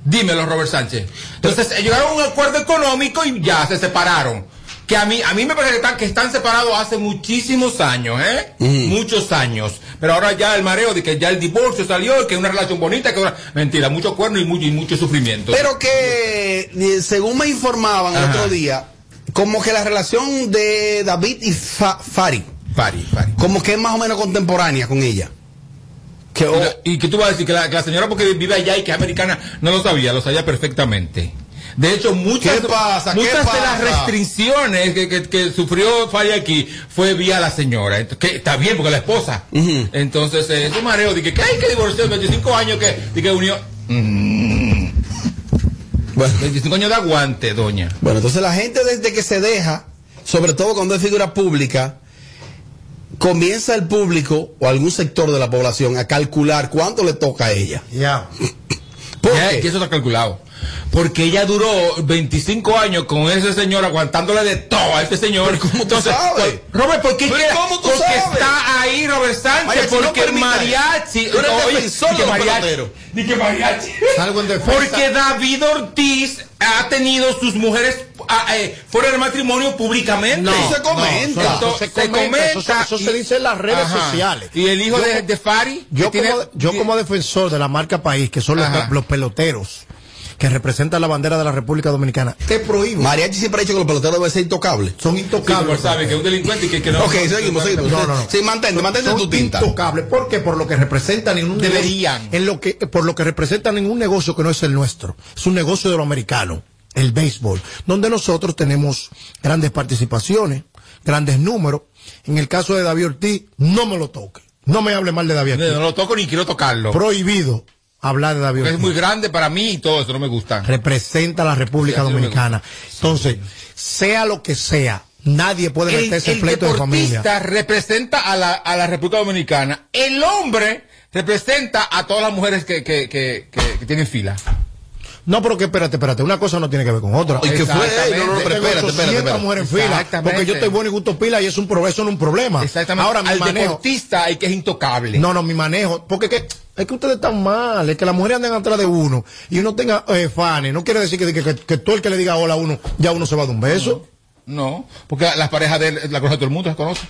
Dímelo, Robert Sánchez. Entonces, eh, llegaron a un acuerdo económico y ya se separaron. Que a mí, a mí me parece que están, que están separados hace muchísimos años, ¿eh? Muchos años. Pero ahora ya el mareo de que ya el divorcio salió, que es una relación bonita, que ahora... Mentira, mucho cuerno y mucho, y mucho sufrimiento. Pero que, eh, según me informaban el Ajá. otro día, como que la relación de David y Fa- Fari, Fari, Fari, como que es más o menos contemporánea con ella. oh, Y la- y que tú vas a decir que la, que la señora porque vive allá y que es americana, no lo sabía, lo sabía perfectamente. De hecho, muchas, ¿Qué pasa? ¿Qué muchas de las pasa? restricciones que, que- que sufrió Fari aquí fue vía la señora. Ent- que está bien, porque la esposa. Entonces, eh, ese mareo de que, que hay que divorciar 25 años que, de que unió. Mm. 25 años de aguante, doña. Bueno, entonces la gente desde que se deja, sobre todo cuando es figura pública, comienza el público o algún sector de la población a calcular cuánto le toca a ella. Ya. Ya, que eso está calculado. Porque ella duró 25 años con ese señor aguantándole de todo a este señor. Entonces, sabes? por- Robert, ¿por qué Pero quiere- ¿cómo tú porque sabes? está ahí Robert Sánchez, Mariachi, no porque permita mariachi. eso. Tú eres defensor ni que de los mariachi- peloteros. ni que mariachi. Salgo en defensa. Porque David Ortiz ha tenido sus mujeres ah, eh, fuera del matrimonio públicamente. No, no, eso- eso se comenta, eso se- eso se dice en las redes sociales. Y el hijo Yo- de, de Fari. que Yo, tiene- como, yo como defensor de la marca país, que son los, Ajá. los peloteros, que representan la bandera de la República Dominicana, te prohíbo. Mariachi siempre ha dicho que los peloteros deben ser intocables. Son intocables. Sí, pero sabe que un delincuente y que- que no- Ok, seguimos, seguimos. No, no, no. Sí, mantente, mantente en tu tinta. Intocable. ¿Por qué? Por lo que representan en un Deberían. negocio. En lo que, por lo que representan en un negocio que no es el nuestro. Es un negocio de lo americano. el béisbol, donde nosotros tenemos grandes participaciones, grandes números. En el caso de David Ortiz, no me lo toque. No me hable mal de David Ortiz. No lo toco ni quiero tocarlo. Prohibido hablar de David Porque Ortiz. es muy grande para mí y todo eso no me gusta. Representa a la República Sí, así Dominicana. Entonces, sea lo que sea, nadie puede El, meterse en el pleito de familia. deportista representa a la, a la República Dominicana. El hombre representa a todas las mujeres que, que, que, que- que tienen fila. No, pero que espérate, espérate, una cosa no tiene que ver con otra. ¿Y qué fue? Exactamente. No, no, no, pero Tengo espérate, espérate, 800 espérate. mujeres en fila, Exactamente. porque yo estoy bueno y gusto pila y es un problema, eso no es un problema. Exactamente. Ahora mi Al manejo- deportista hay que es intocable. No, no, mi manejo, porque que- es que ustedes están mal, es que las mujeres andan atrás de uno y uno tenga eh, fanes, no quiere decir que, que, que- que todo el que le diga hola a uno, ya uno se va de un beso. No, porque las parejas de él las conoce todo el mundo, las conoce.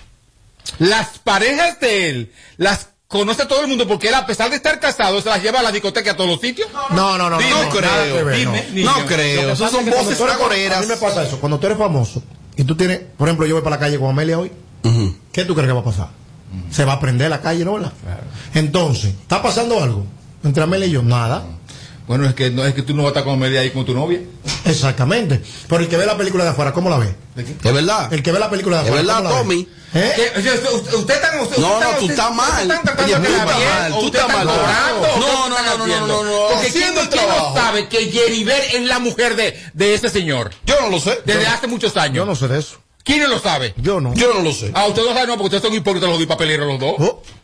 Las parejas de él las conoce todo el mundo porque él, a pesar de estar casado, se las lleva a la discoteca a todos los sitios. No, no, no, Dime, no, no, nada que ver, Dime, no. niño. Lo que pasa es que cuando tú eres- A mí me pasa eso, cuando tú eres famoso y tú tienes, por ejemplo, yo voy para la calle con Amelia hoy, ¿qué tú crees que va a pasar? Se va a prender la calle, ¿no? verdad? Entonces, ¿está pasando algo? Entre Amelia y yo, nada. Bueno, es que no es que tú no vas a estar con Amelia ahí con tu novia. Exactamente. Pero el que ve la película de afuera, ¿cómo la ve? Es verdad. El que ve la película de Es afuera. verdad, ¿cómo la ve? Tommy. ¿Eh? Que- o sea, usted- usted- usted está- usted- No, usted no, está- tú estás usted- mal. usted está tratando Oye, de tú quedar estás bien, mal, o tú usted estás está mal. cobrando, No, o qué no, están no, no, haciendo. no, no, no. Porque ¿quién, Haciendo el quién no trabajo. sabe que Yeriver es la mujer de, de ese señor? Yo no lo sé. Desde hace muchos años. Yo no sé de eso. ¿Quién no lo sabe? Yo no. Yo no lo sé. Ah, ustedes no saben, no, porque ustedes son hipócritas los dos y papeleros los dos.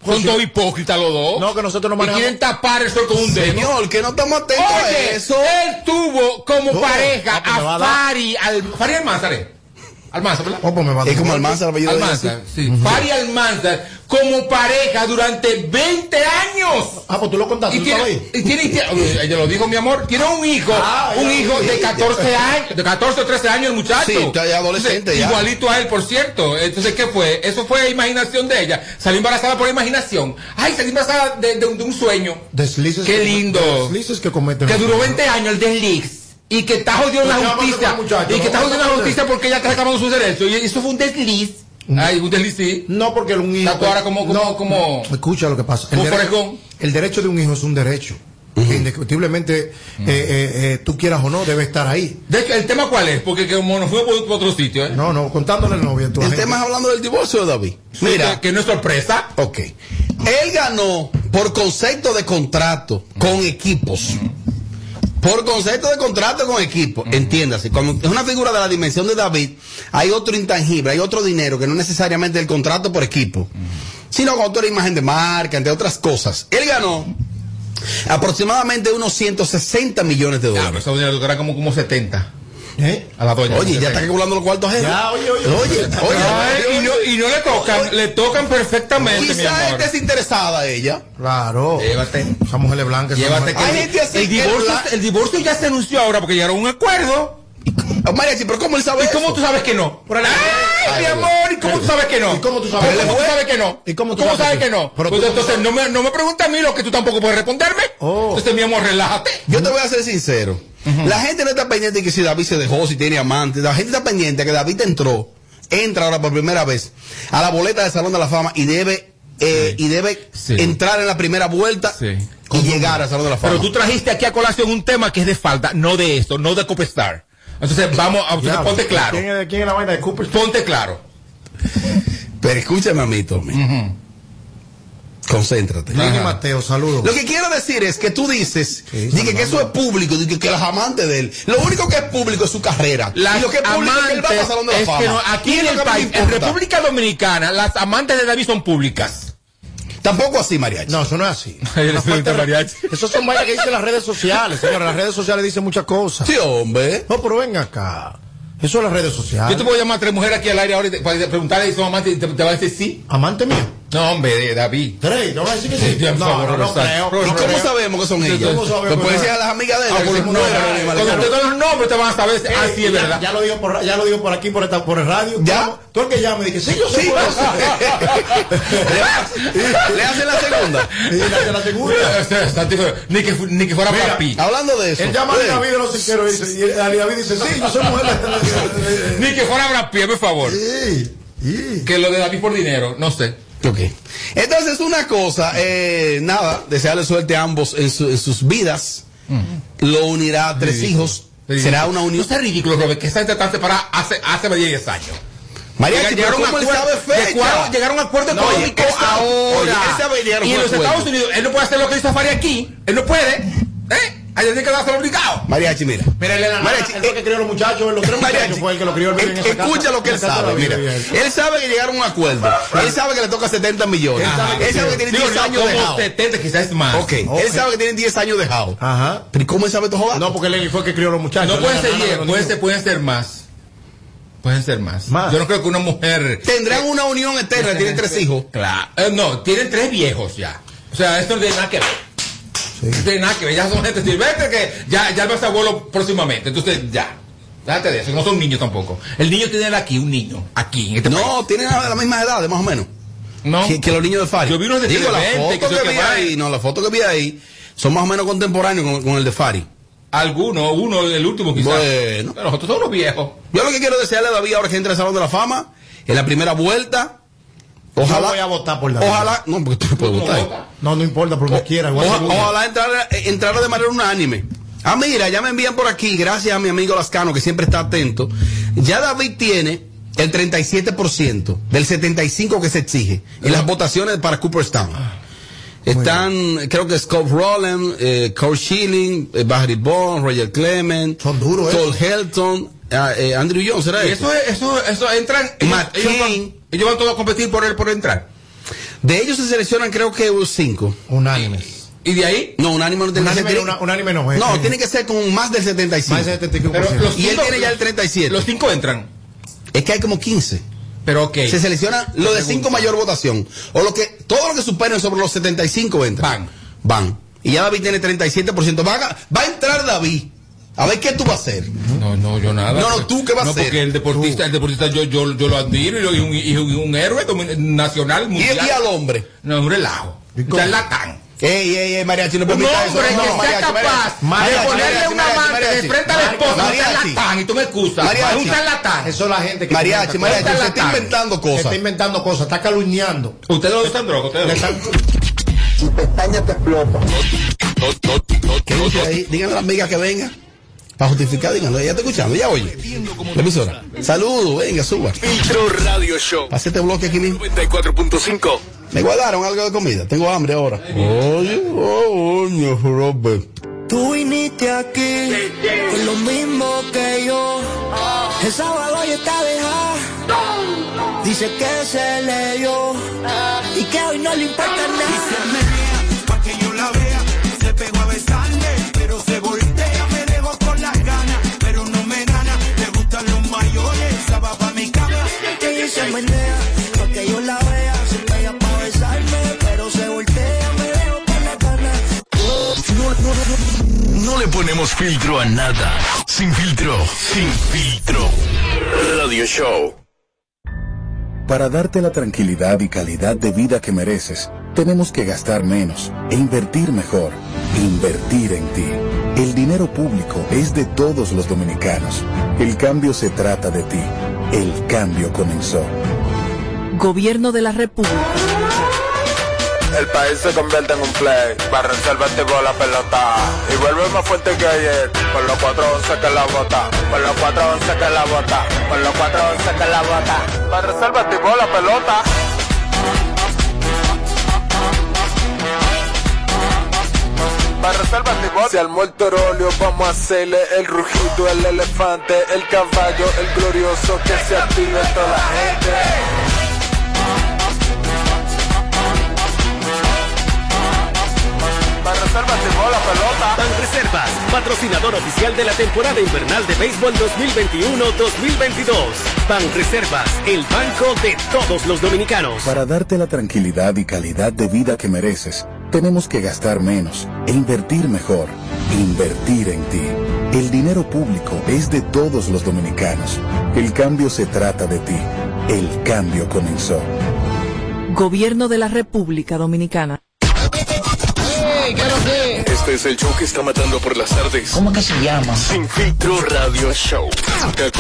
son dos hipócritas los dos. No, que nosotros Oh, no Y manejamos- quieren tapar el sol con un dedo. Señor, que no estamos atentos a Oye, eso. él tuvo como Oh, No. pareja Ah, pues me va a a dar. Fari, al, Fari Almanzar, ¿eh? Almanzar, ¿verdad? Es como Almanzar, el apellido de Almanzar, ella, sí. Fari Almanzar, como pareja durante 20 años. Ah, pues tú lo contaste, y tú tiene, estabas ahí. y tiene, y tiene- oye, ella lo dijo, mi amor, tiene un hijo, Ah, un ya, hijo ya, de ya. 14 años, de 14 o 13 años el muchacho. Sí, está ya adolescente, Entonces, ya. Igualito a él, por cierto. Entonces, ¿qué fue? Eso fue imaginación de ella. Salió embarazada por imaginación. Ay, salió embarazada de- de un- de un sueño. Deslices Qué que- lindo. Deslices que cometen. Que duró 20 años el desliz. Y que está jodido en la Pues ya vamos justicia. con el muchacho, y que ¿no? está jodido en la Vamos a justicia porque ella está reclamando sus derechos. Y eso fue un desliz. Ay, un desliz sí. No, porque un hijo. pues. Está tú ahora como, como, como. Escucha lo que pasa. Como dere- Forrest Gump. el derecho de un hijo es un derecho. que Indiscutiblemente, eh, eh, eh, tú quieras o no, debe estar ahí. De hecho, ¿el tema cuál es? Porque como nos fue por por otro sitio, ¿eh? No, no, contándole el novio. El tema es hablando del divorcio de David. Mira. Que no es sorpresa. Ok. Él ganó por concepto de contrato con equipos. Por concepto de contrato con equipos. Entiéndase. Como es una figura de la dimensión de David, hay otro intangible, hay otro dinero que no es necesariamente el contrato por equipo, sino con otra imagen de marca, entre otras cosas. Él ganó aproximadamente unos 160 millones de dólares. Esa doña era como, como 70. ¿Eh? A la doña. Oye, ya está calculando los cuartos. ¿eh? Ya, oye, oye. Oye, oye. Ay, y, no, y no le tocan, le tocan perfectamente, mi Quizá este amor. es desinteresada ella. Claro. Llévate. Esa mujer es blanca. esa Llévate mujer- Hay gente así el, que divorcio, la- el divorcio ya se anunció ahora porque llegaron a un acuerdo. Mariachi, pero ¿cómo él sabe ¿Y cómo tú sabes que no? Por la- ¡Ay, mi amor! ¿Y cómo tú sabes que no? ¿Y cómo tú sabes? ¿Cómo tú sabes que no? ¿Y cómo tú ¿Cómo sabes sabes que que- no? Pero tú Pues cómo entonces no me, no me preguntes a mí lo que tú tampoco puedes responderme. Entonces, mi amor, relájate. Yo te voy a ser sincero. La gente no está pendiente de que si David se dejó, si tiene amante. La gente está pendiente de que David entró, entra ahora por primera vez a la boleta del Salón de la Fama y debe, eh, y debe entrar en la primera vuelta y llegar al Salón de la Fama. Pero tú trajiste aquí a colación un tema que es de falda, no de esto, no de Copestar. Entonces, vamos, a- entonces, Ya, ponte claro. ¿Quién es, quién es la vaina de Cooper? Ponte claro. Pero escúchame a mí, Tommy. Concéntrate. Lili Mateo, saludos. Lo que quiero decir es que tú dices di que, que eso es público, di que, que los amantes de él. Lo único que es público es su carrera. Las y lo que es público es que él va amantes al Salón de la es Fama. que no- aquí Y es en lo el que a mí me país, en importa. República Dominicana, las amantes de David son públicas. Tampoco así, mariachi. No, eso no es así. Ay, le pregunté a mariachi. Eso son vainas que dicen las redes sociales, señores. Las redes sociales dicen muchas cosas. Sí, hombre. No, pero ven acá. Eso es las redes sociales. Yo te puedo llamar a tres mujeres aquí al aire ahora y te- para preguntarle si son amantes y te, te va a decir sí. Amante mío. No, hombre, de David. Tres, no voy a decir que sí. Sí, por No, favor, no, no Rosario. creo. ¿Y No cómo creo. sabemos que son Sí, ellas? ¿cómo sabemos Lo que pueden son decir a ellas? las amigas de él. Ah, que pues, por se los mueran, nombres. animales, Cuando claro. te dan los nombres te van a saber si- ah, sí, es Ya- verdad. Ya lo digo por, ya lo digo por aquí, por, esta, por el radio. ¿Ya? Tú el que llame, dije, sí, yo soy Sí, yo Le hacen la segunda. la segunda. este, Ni que, fu- ni que fuera Mira, papi. Hablando de eso. Él llama a eh, David de los Siqueros y dice, y David dice, sí, yo soy mujer. Ni que fuera Brad Pitt, por favor. Que lo de David por dinero, no sé. Ok. Entonces, una cosa, eh, nada, desearle suerte a ambos en, su- en sus vidas. Lo unirá a tres hijos. Será una unión. No es ridículo, Robert, que esa gente está separada hace, hace 10 años. María, Llega- pero ¿cómo él sabe fecha? llegaron- llegaron a acuerdo No, económico oye, él sabe- oye, ahora. él sabe llegar a y un en los acuerdo. Estados Unidos, él no puede hacer lo que hizo Faria aquí. Él no puede. ¿Eh? Allá tiene que darse obligado. Mariachi, mira. Mira, él era Mariachi, él fue el que crió a los muchachos, los tres muchachos fue el que lo crió el bebé en esa E- Escucha casa. lo que él En la casa de sabe, la mira. vida, bien. Él sabe que llegaron a un acuerdo. Él sabe que le toca 70 millones. Él sabe que tiene Digo, 10 no, años como dejado. 70 quizás es más. Ok, él sabe que tienen 10 años dejado. Ajá. ¿Pero cómo él sabe todo No, porque él fue el que crió a los muchachos. No pueden ser Él era 10, nana, pueden ser, pueden ser más. Pueden ser más. Yo no creo que una mujer. Tendrán una unión eterna, tienen tres hijos. Claro. Eh, no, tienen tres viejos ya. O sea, esto no tiene nada que ver. No tiene nada que ver. Ya son gente silvestre que ya, ya va a ser abuelo próximamente. Entonces, ya. Déjate de eso. No son niños tampoco. El niño tiene aquí, un niño. Aquí, en este país. No, tienen la, la misma edad, más o menos. No. Que, que los niños de Faria. Yo vi unos de Digo, la 20, que foto sé que, qué vi más. ahí, no, la foto que vi ahí, son más o menos contemporáneos con, con el de Fari. Alguno, uno, el último quizás. Bueno. Pero nosotros somos los viejos. Yo lo que quiero desearle a David ahora que entra al Salón de la Fama, en la primera vuelta, ojalá... Yo voy a votar por David. Ojalá... No, porque tú no puedes votar. No, no importa, por lo que quiera. igual Oja- seguro. ojalá entrara, eh, entrara de manera unánime. Ah, mira, ya me envían por aquí, gracias a mi amigo Lascano, que siempre está atento. Ya David tiene el 37% del 75% que se exige en las votaciones para Cooperstown. Ah, Están, creo que Scott Rowland, eh, Cole Schilling, eh, Barry Bond, Roger Clement, Son duros, Helton, ah, eh, Andrew Jones, ¿será ¿eh? Y eso, es- eso, eso entran. Ellos, ellos van, ellos van todos a competir por él por entrar. De ellos se seleccionan creo que cinco. Unánimes. ¿Y de ahí? No, unánime no tiene Unánime, que ser. una- unánime no, eh. No, tiene que ser con más del 75. Más del 75%. Pero los y él cinco- tiene ya el 37. Los 5 entran. Es que hay como 15. Pero ok. Se selecciona lo de 5 mayor votación. O lo que, todo lo que superen sobre los 75 entra. Van. Van. Y ya David tiene 37%. Va a, va a entrar David. A ver qué tú vas a hacer. No, no, yo nada. No, no, tú qué vas No, a hacer. porque el deportista, el deportista yo, yo, yo lo admiro y lo- y un, y un, un héroe domi- nacional, mundial. y al hombre? No, un relajo. Charlatán. Ey, ey, ey, mariachi, no Un permita hombre eso. No, que sea mariachi, capaz mariachi, de ponerle mariachi, una mariachi, amante de mariachi. frente a la esposa, un Mariachi. charlatán, y tú me excusas. Mariachi. Un charlatán. Eso es la gente que. Mariachi, inventa mariachi, cosas. usted está inventando cosas. Se está inventando cosas, está calumniando. Ustedes lo usan droga, ustedes lo usan. Tu pestaña te explota. ¿Qué dice ahí? Díganle a las amigas que venga. Para justificar, díganlo. Ya está escuchando, ya oye. La emisora. Saludos, venga, suba. Filtro Radio Show Pase este bloque aquí mismo. 94.5. Me guardaron algo de comida. Tengo hambre ahora. Oye, oye, Robert. Tú viniste aquí con lo mismo que yo. El sábado ya está dejada. Dice que se le dio y que hoy no le importa nada. Y se menea pa' que yo la vea. Se pegó a besarme, pero se voltea. Me dejo con las ganas, pero no me gana. Le gustan los mayores, se va pa' mi cama. Y se menea pa' que yo la vea. Se pega pa' besarme, pero se voltea. Me dejo con las ganas. No, no, no, no. No le ponemos filtro a nada. Sin filtro. Sin filtro. Radio Show. Para darte la tranquilidad y calidad de vida que mereces, tenemos que gastar menos e invertir mejor. Invertir en ti. El dinero público es de todos los dominicanos. El cambio se trata de ti. El cambio comenzó. Gobierno de la República. El país se convierte en un play para reservarte con la pelota. Y vuelve más fuerte que ayer. Con los cuatro once que la bota. Con los cuatro once que la bota. Con los cuatro once que la bota. Para reservarte con la pelota. Para reservarte con Si al muerto óleo vamos a hacerle el rugido, el elefante, el caballo, el glorioso que se active toda la gente. Reservas, patrocinador oficial de la temporada invernal de béisbol 2021-2022. Pan Reservas, el banco de todos los dominicanos. Para darte la tranquilidad y calidad de vida que mereces, tenemos que gastar menos e invertir mejor. Invertir en ti. El dinero público es de todos los dominicanos. El cambio se trata de ti. El cambio comenzó. Gobierno de la República Dominicana. Este es el show que está matando por las tardes. ¿Cómo que se llama? Sin filtro Radio Show. KQ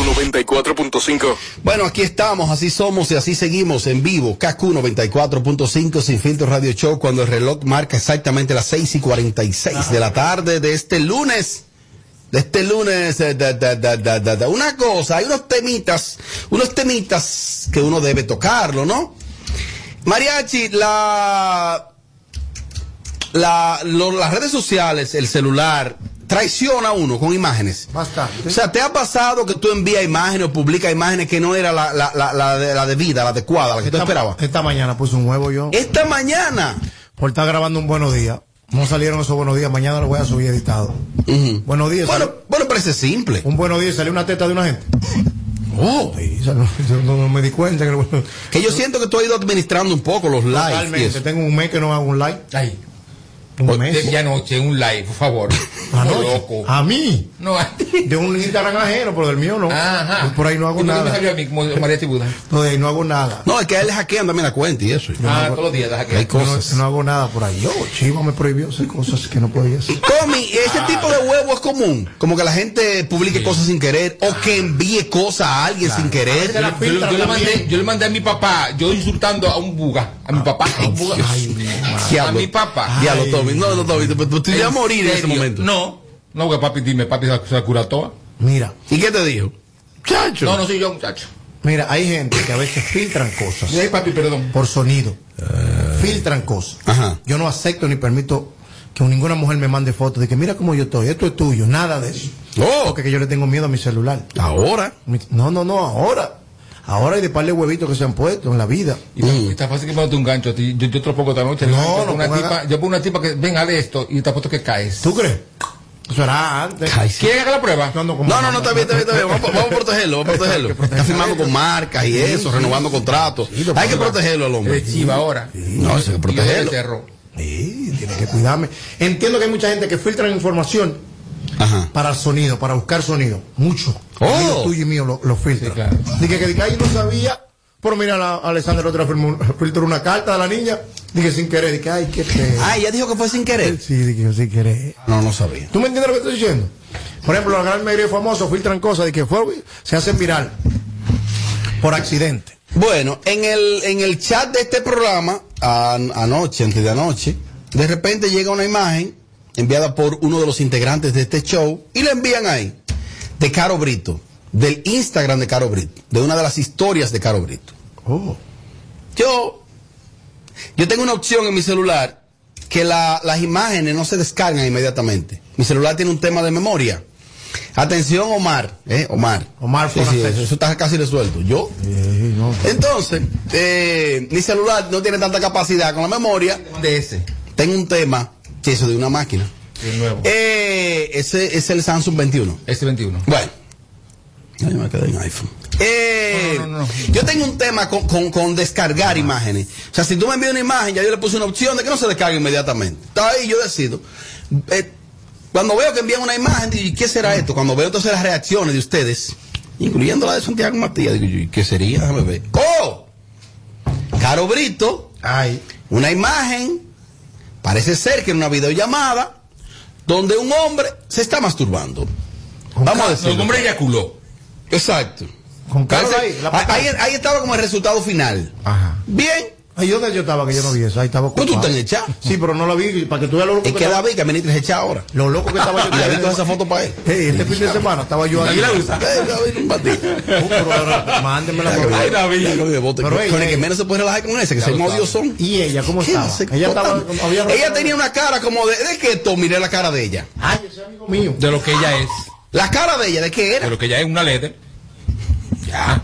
94.5. Bueno, aquí estamos, así somos y así seguimos en vivo. KQ 94.5 Sin Filtro Radio Show cuando el reloj marca exactamente las 6 y 46 de la tarde de este lunes Este lunes, eh, da, da, da, da, da, da. una cosa, hay unos temitas, unos temitas que uno debe tocarlo, ¿no? Mariachi, la, la, lo- las redes sociales, el celular, traiciona a uno con imágenes. O sea, ¿te ha pasado que tú envías imágenes o publicas imágenes que no era la, la, la, la, de- la debida, la adecuada, la que tú Esta- esperabas? Esta mañana puse un huevo yo. Esta mañana. Por estar grabando un buenos días. No salieron esos buenos días. Mañana lo voy a subir editado. Buenos días. Bueno, bueno, parece simple. Un buenos días y salió una teta de una gente. Oh. Sí, yo no, yo no me di cuenta. Que, lo- Que yo siento que tú has ido administrando un poco los likes. Totalmente. Tengo un mes que no hago un like. Ay. Pues, De anoche, un like, por favor. Anoche. Loco. A mí. No, De un Instagram ajeno, pero del mío no. Yo Pues Por ahí no hago ¿Y por qué me nada. salió a mí como María Tibuda? No, de ahí no hago nada. No, es que a él le hackean también la cuenta y eso. Ah, todos los días la hackean. Hay Yo no- cosas. No, hago nada por ahí. Yo, Chiva me prohibió hacer cosas que no podía hacer. Tommy, ese tipo de huevo es común. Como que la gente publique cosas sin querer o que envíe cosas a alguien sin querer. Yo, yo- yo le mandé, yo le mandé a mi papá, yo insultando a un buga, a Ah, mi papá, a un buga. a mi papá. Diablo, Tommy. No, no, Tommy. Tú, tú te ibas a morir en ese serio? momento. No, no, que papi, dime, papi se la cura toda. Mira. ¿Y qué te dijo? Chacho. No, no soy yo, muchacho. Mira, hay gente que a veces filtran cosas. Por sonido. Eh. Filtran cosas. Yo no acepto ni permito que ninguna mujer me mande fotos de que mira cómo yo estoy, esto es tuyo, nada de eso. Porque que yo le tengo miedo a mi celular. Oh. Ahora. No, no, no, ahora. Ahora hay de par de huevitos que se han puesto en la vida. Y está, Mm. está fácil que me mate un gancho a ti. Yo, yo te lo pongo esta noche. No, Yo pongo no una ponga tipa, nada. Yo pongo una tipa que venga de esto y te apuesto que caes. ¿Tú crees? Eso era antes. ¿Quieren haga la prueba? No, no, No, no, no, está bien, está bien, está bien. Vamos, vamos a protegerlo, vamos a protegerlo. Está firmando con marcas y eso, renovando contratos. Hay que protegerlo al hombre. Es chiva Eh, ahora. No, eso hay que protegerlo. Sí, tiene que cuidarme. Entiendo que hay mucha gente que filtra información para el sonido, para buscar sonido. Mucho. Oh. Amigos tuyos y mío lo, lo filtra. Dije que, dije, ay, no sabía. Pero mira, la, Alexander otra firmó- filtró una carta de la niña. Dije sin querer. Dije, ay, qué pena. Ah, ella dijo que fue sin querer. Sí, dije yo sin querer. No, no sabía. ¿Tú me entiendes lo que estoy diciendo? Por ejemplo, la gran mayoría de famosos filtran cosas de que fue- se hacen viral. Por accidente. Bueno, en el, en el chat de este programa, an- anoche, antes de anoche, de repente llega una imagen enviada por uno de los integrantes de este show y la envían ahí, de Caro Brito, del Instagram de Caro Brito, de una de las historias de Caro Brito. Yo, yo tengo una opción en mi celular que la- las imágenes no se descargan inmediatamente. Mi celular tiene un tema de memoria. Atención, Omar, eh, Omar. Omar Sí, sí, eso, eso está casi resuelto. Yo. Entonces, eh, mi celular no tiene tanta capacidad con la memoria. De ese. Tengo un tema, que eso de una máquina. Eh, ese es el Samsung 21. Este 21. Bueno. Ya yo me quedé en iPhone. Eh, Yo tengo un tema con, con- con descargar imágenes. O sea, si tú me envías una imagen, ya yo le puse una opción de que no se descargue inmediatamente. Está ahí, yo decido. Eh, cuando veo que envían una imagen, digo, ¿y qué será esto? Cuando veo entonces las reacciones de ustedes, incluyendo la de Santiago Matías, digo, yo, ¿y qué sería? Déjame ver. ¡Oh! Caro Brito. Una imagen. Parece ser que en una videollamada donde un hombre se está masturbando. Vamos a decir. El hombre eyaculó. Exacto. Carol Parece- ahí, la ahí, patada. ahí- ahí estaba como el resultado final. Bien. Ahí donde yo estaba que yo no vi eso. Ahí estaba Pues tú ocupado. estás en el chat. Sí, pero no la vi. Para que tú veas lo loco Es que estaba- la vi que Benítez es echada ahora. Lo loco que estaba yo. Y la vi con esa foto para él. Ey, este fin de semana estaba yo ahí. Ahí la usa. Mándenme la Ay, David. Ya lo de bote. Pero, ey, Con el ey. que menos se puede relajar con ese, que Ya se lo modio sabe. son. ¿Y ella cómo estaba? Ella estaba- había Ella rozado- tenía una cara como de, de que esto, miré la cara de ella. Ay, ese amigo mío. De lo que ella es. La cara de ella, ¿de qué era? De lo que ella es una letra. Ya.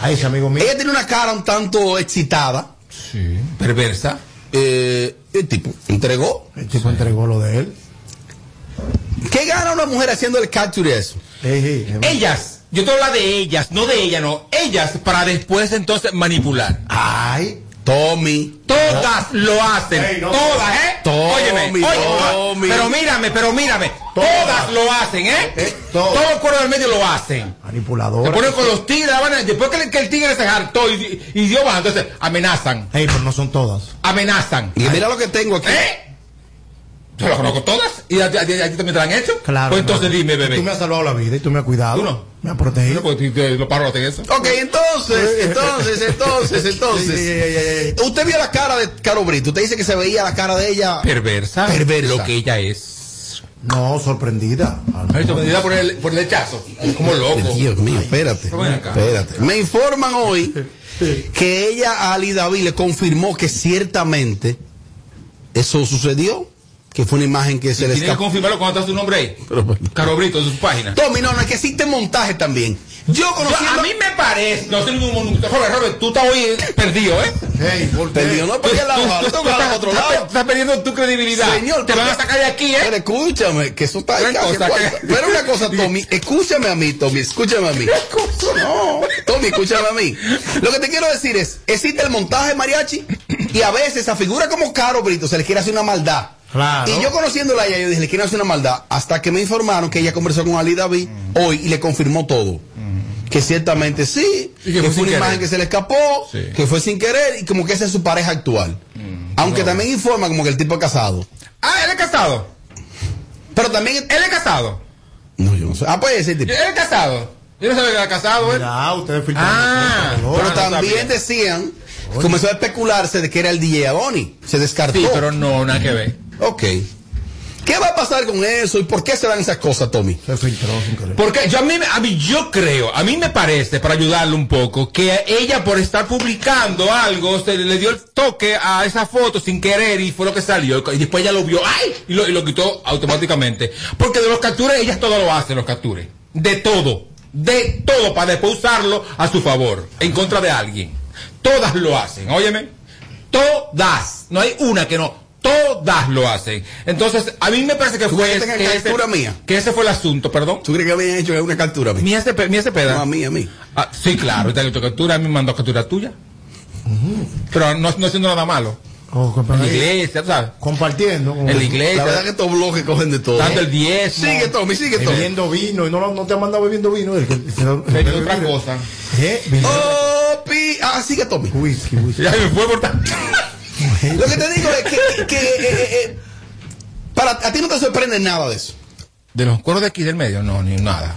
Ay, ese amigo mío. Ella tiene una cara un tanto excitada. Sí. Perversa. Eh, el tipo entregó. El tipo entregó lo de él. ¿Qué gana una mujer haciendo el capture de eso? Ellas. Yo te hablo de ellas, no de ella, no. Ellas para después entonces manipular. Ay. Tommy. Todas lo hacen. Ey, no. todas, ¿eh? Tommy, óyeme, Tommy. óyeme. Pero mírame, pero mírame. Todas, lo hacen, ¿eh? todo. el cuero del medio lo hacen. Se Manipulador. ponen con los tigres, la van a- después que, el- que el tigre se hartó y, y dio baja, entonces amenazan, Ey, pero no son todas. amenazan. Y mira lo que tengo aquí. ¿Eh? Yo las conozco todas y a, ti- a ti- a ti también te la han hecho. Claro. Pues entonces claro. dime, bebé. Tú me has salvado la vida y tú me has cuidado. Me has protegido. Pues, ti- te- los pájaros hacen eso. Ok, entonces, Eh, entonces, entonces, entonces. Usted vio la cara de Caro Brito. Usted dice que se veía la cara de ella Perversa. Perversa. Lo que ella es. No, sorprendida. Sorprendida por el, por el hechazo. Como loco. Dios mío, espérate. Pero ven acá. Espérate. Me informan hoy que ella a Ali David le confirmó que ciertamente eso sucedió, que fue una imagen que se le Tiene que escapó. confirmarlo cuando está su nombre ahí. Carobrito, en sus páginas. Tommy, no, no, es que existe montaje también. Yo conocí a mí me parece. No tengo ningún monumento. Robert, Robert, tú estás hoy perdido, ¿eh? Perdido, no, porque la hoja, Tú, tú vas a otro lado. estás- estás perdiendo tu credibilidad. Señor, te van a sacar de aquí, ¿eh? Pero escúchame, que eso está Gran casi cosa, cual- que- Pero una cosa, Tommy, escúchame a mí, Tommy, escúchame a mí. No, Tommy, escúchame a mí. Lo que te quiero decir es, existe el montaje mariachi y a veces a figura como Caro Brito se le quiere hacer una maldad. Claro. Y yo conociéndola a ella, yo dije, le quieren hacer una maldad, hasta que me informaron que ella conversó con Ali David Mm. hoy y le confirmó todo. Que ciertamente sí, Y que que fue fue sin una imagen querer. que se le escapó, Sí. Mm. que fue sin querer y como que esa es su pareja actual. Aunque también informa como que el tipo es casado. Ah, él es casado. Pero también. Él es casado. No, yo no sé. Ah, pues ese tipo. Él es casado. Yo no sabía que era casado, ¿eh? Ah, ustedes filtraron Ah, Pero también decían, comenzó a especularse de que era el DJ Adoni. Se descartó. Sí, pero no, nada que ver. Ok. ¿Qué va a pasar con eso y por qué se dan esas cosas, Tommy? Se filtró sin querer. Porque yo a mí, a mí yo creo, a mí me parece, para ayudarle un poco, que ella por estar publicando algo, se le dio el toque a esa foto sin querer y fue lo que salió. Y después ella lo vio, ¡ay! Y lo, y lo quitó automáticamente. Porque de los captures, ellas todo lo hacen, los captures. De todo. De todo, para después usarlo a su favor, en contra de alguien. Todas lo hacen, óyeme. Todas. No hay una que no. Todas lo hacen. Entonces, a mí me parece que ¿Tú fue... crees que tengan que ese- captura mía? Que ese fue el asunto, perdón. ¿Tú crees que habían hecho una captura mía? Mía ese, pe- mía ese peda. No, a mí, a mí. Ah, sí, claro, te tu captura, a mí me mandó captura tuya. Pero no, no haciendo nada malo. Oh, En compa- la iglesia, tú ¿sabes? Compartiendo. En la iglesia. La verdad que estos bloques cogen de todo. Dando el diezmo. Sigue, Tommy, sigue, Tommy. Bebiendo vino y no, lo- no te ha mandado bebiendo vino. El que- el que- otra cosa. ¿Eh? Vino- Oh, pi- Ah, sigue, Tommy. Whisky, whisky. Ya me fue por tan- Lo que te digo es que, que, eh, eh, eh, para, a ti no te sorprende nada de eso. De los cueros de aquí del medio, no, ni nada.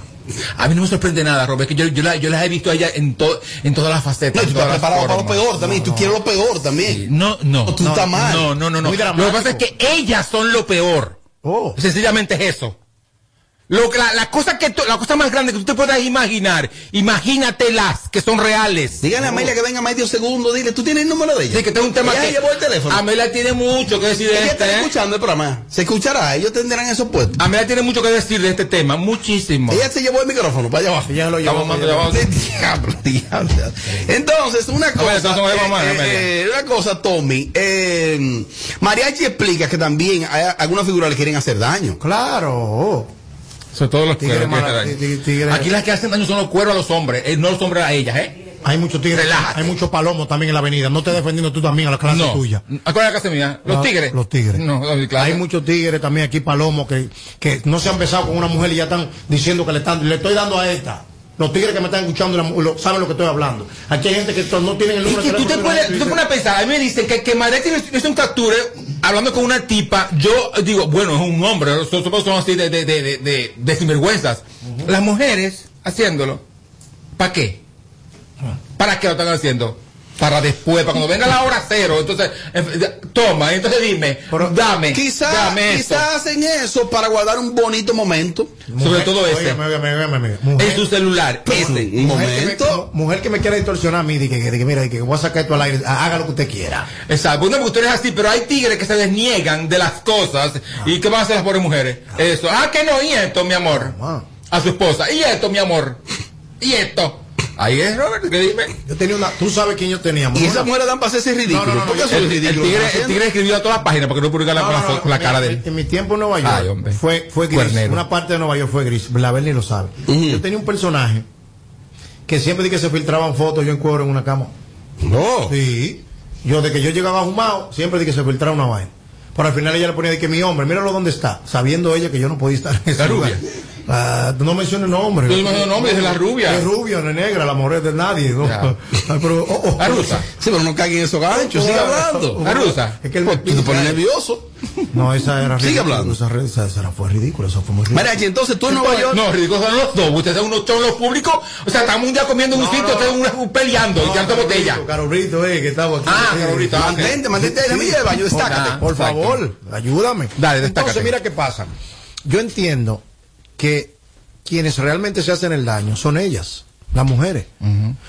A mí no me sorprende nada, Robert, que yo, yo, la- yo las he visto a ella en, to- en todas las facetas. No, y en tú estás todas las preparado pues, para lo formas. peor también. tú quieres lo peor también. No, no. O tú no, estás mal. No, no, no. no. Muy Lo dramático. que pasa es que ellas son lo peor. Oh. Sencillamente es eso. Lo que- la, la cosa que tú- la cosa más grande que tú te puedas imaginar, imagínatelas que son reales. Dígale a Amelia que venga medio segundo, dile, ¿tú tienes el número de ella? Sí, que tengo un tema Ella que- llevó el teléfono. Amelia tiene mucho que decir de Ella está este, ¿eh? escuchando el programa. Se escuchará, ellos tendrán esos puestos. Amelia tiene mucho que decir de este tema, muchísimo. Ella se llevó el micrófono para allá abajo. Ella lo llevó. Estamos para mandando allá. abajo. Diablo, diablo. Entonces, una cosa. entonces no vemos más, eh, Amelia. eh, una cosa, Tommy. eh, Mariachi explica que también hay algunas figuras le quieren hacer daño. Claro. oh. Sobre todo los Tigre cueros. que mala- hacen daño. tigre- tigre- Aquí las que hacen daño son los cueros a los hombres, eh, no los hombres a ellas, ¿eh? Hay muchos tigres, Relájate. hay muchos palomos también en la avenida. No te defendiendo tú también a la clase no. tuya. ¿A cuál es la clase mía? ¿Los Ah, tigres? Los tigres. No, no, mi clase. Hay muchos tigres también aquí, palomos, que, que no se han besado con una mujer y ya están diciendo que le están, le estoy dando a esta. Los tigres que me están escuchando la mu- lo- saben lo que estoy hablando. Aquí hay gente que to- no tiene el Es número que de tú te, teléfono pones, de tú te la- pones a pensar, a mí me dicen que, que Mariachi no hizo un capture hablando con una tipa, yo digo, bueno, es un hombre, los hombres son así de, de, de, de, de- de sinvergüenzas. Las mujeres haciéndolo, ¿para qué? ¿Para qué lo están haciendo? Para después, para cuando venga la hora cero, entonces, eh, toma, entonces dime, dame, Quizás dame eso. hacen eso para guardar un bonito momento. sobre todo ese, Óigame, óigame, óigame, óigame. Mujer- en su celular, ese. Un mujer que me- momento. mu- Mujer que me quiera distorsionar a mí, dije que, que mira, que voy a sacar esto al aire, ah, haga lo que usted quiera. Exacto, no, porque tú eres así, pero hay tigres que se desniegan de las cosas. Ah. ¿Y qué van a hacer las pobres mujeres? Eso. Ah, que no, y esto, mi amor. Ah. A su esposa. Y esto, mi amor. Y esto. Ahí es, Robert, que dime. Yo tenía una, tú sabes quién yo tenía. Y mujer. esas mujeres dan para hacerse ridículo. No, no, no, ¿Por qué yo- son El, el ridículos? tigre, el tigre escribió a todas las páginas porque no publicarla No, con, la, no, fo- no, con la mi- cara de mi- él. En mi tiempo en Nueva York Ay, hombre. fue, fue gris. Cuernero. Una parte de Nueva York fue gris. La Berni lo sabe. Yo tenía un personaje que siempre dije que se filtraban fotos yo en cuero en una cama. No. Sí. Yo de que yo llegaba jumado, siempre dije que se filtraba una vaina. Pero al final ella le ponía de que mi hombre, míralo dónde está, sabiendo ella que yo no podía estar en ese La lugar. rubia. Ah, no menciones nombre. Yo no menciono nombre, es la rubia. Es rubia, no es negra, la morena de nadie. ¿no? Ya. Ay, pero, oh, oh. La rusa. Sí, pero no caigan en esos ganchos. Sigue hablando. La rusa. Es que el- Pues, tú te pones nervioso. No, esa era Sigue ridícula, hablando. Esa, re- esa- esa fue ridícula, esa fue muy ridícula. Mariachi, entonces tú en Nueva York. No, ridículos son los dos. Ustedes son unos cholos públicos. O sea, estamos un día comiendo un No, sitio, no, ustedes no. un- peleando y tirando botella. Carobrito, eh, que estamos aquí. Ah, Eh, Carobrito, ah, mantén- Mantente, mantente en la milla del baño, destácate. Por favor, ayúdame. Dale, destácate. Entonces, mira qué pasa. yo entiendo que quienes realmente se hacen el daño son ellas, las mujeres.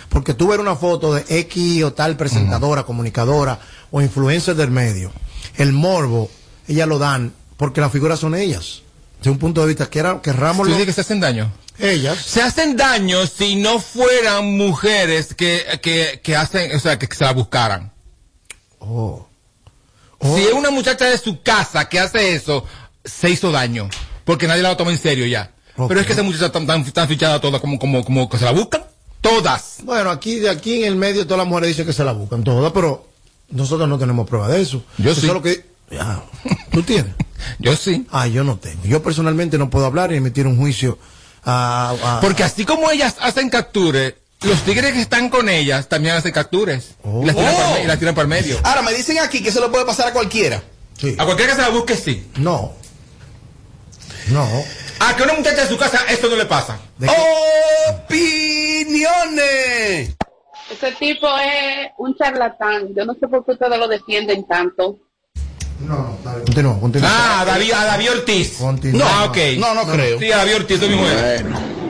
Porque tú ver una foto de X o tal presentadora, comunicadora o influencer del medio, el morbo, ellas lo dan porque las figuras son ellas. De un punto de vista, quiera- querramos ¿Tú lo- dices que se hacen daño? Ellas. Se hacen daño si no fueran mujeres que, que, que hacen, o sea, que se la buscaran. Si es una muchacha de su casa que hace eso, se hizo daño. Porque nadie la toma en serio ya. Pero es que esas muchachas están, están, están fichadas todas como, como, como que se la buscan. Todas. Bueno, aquí de aquí en el medio todas las mujeres dicen que se la buscan todas, pero nosotros no tenemos prueba de eso. Yo Eso sí. es lo que Ya. ¿Tú tienes? yo sí. Ah, yo no tengo. Yo personalmente no puedo hablar y emitir un juicio a, a- Porque así como ellas hacen captures, los tigres que están con ellas también hacen captures. Y las tiran, para, el medio. Ahora, me dicen aquí que eso le puede pasar a cualquiera. A cualquiera que se la busque, sí. No. No. A que una muchacha de su casa, esto no le pasa. ¡Opiniones! Ese tipo es un charlatán. Yo no sé por qué ustedes lo defienden tanto. Continúa, continúa. Ah, a David, a David Ortiz. Continúa. Ah, ok. No, no creo. Sí, a David Ortiz de mi mujer.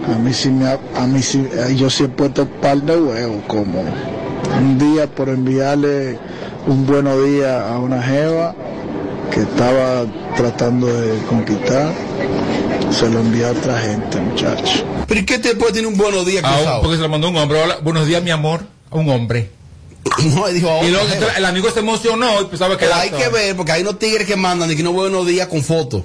A mí sí me ha- a mí sí, eh, yo sí he puesto un par de huevos como un día por enviarle un buenos días a una jeva que estaba tratando de conquistar, se lo envié a otra gente, muchacho. ¿Pero y qué te puede tener un buenos días A un- cruzado? Ah, porque se lo mandó un hombre. Hola, buenos días, mi amor. A un hombre. No, y dijo a Y otra luego jeva. el amigo se emocionó y pensaba que Pero era hay todo. que ver, porque hay unos tigres que mandan y que no buenos días con fotos.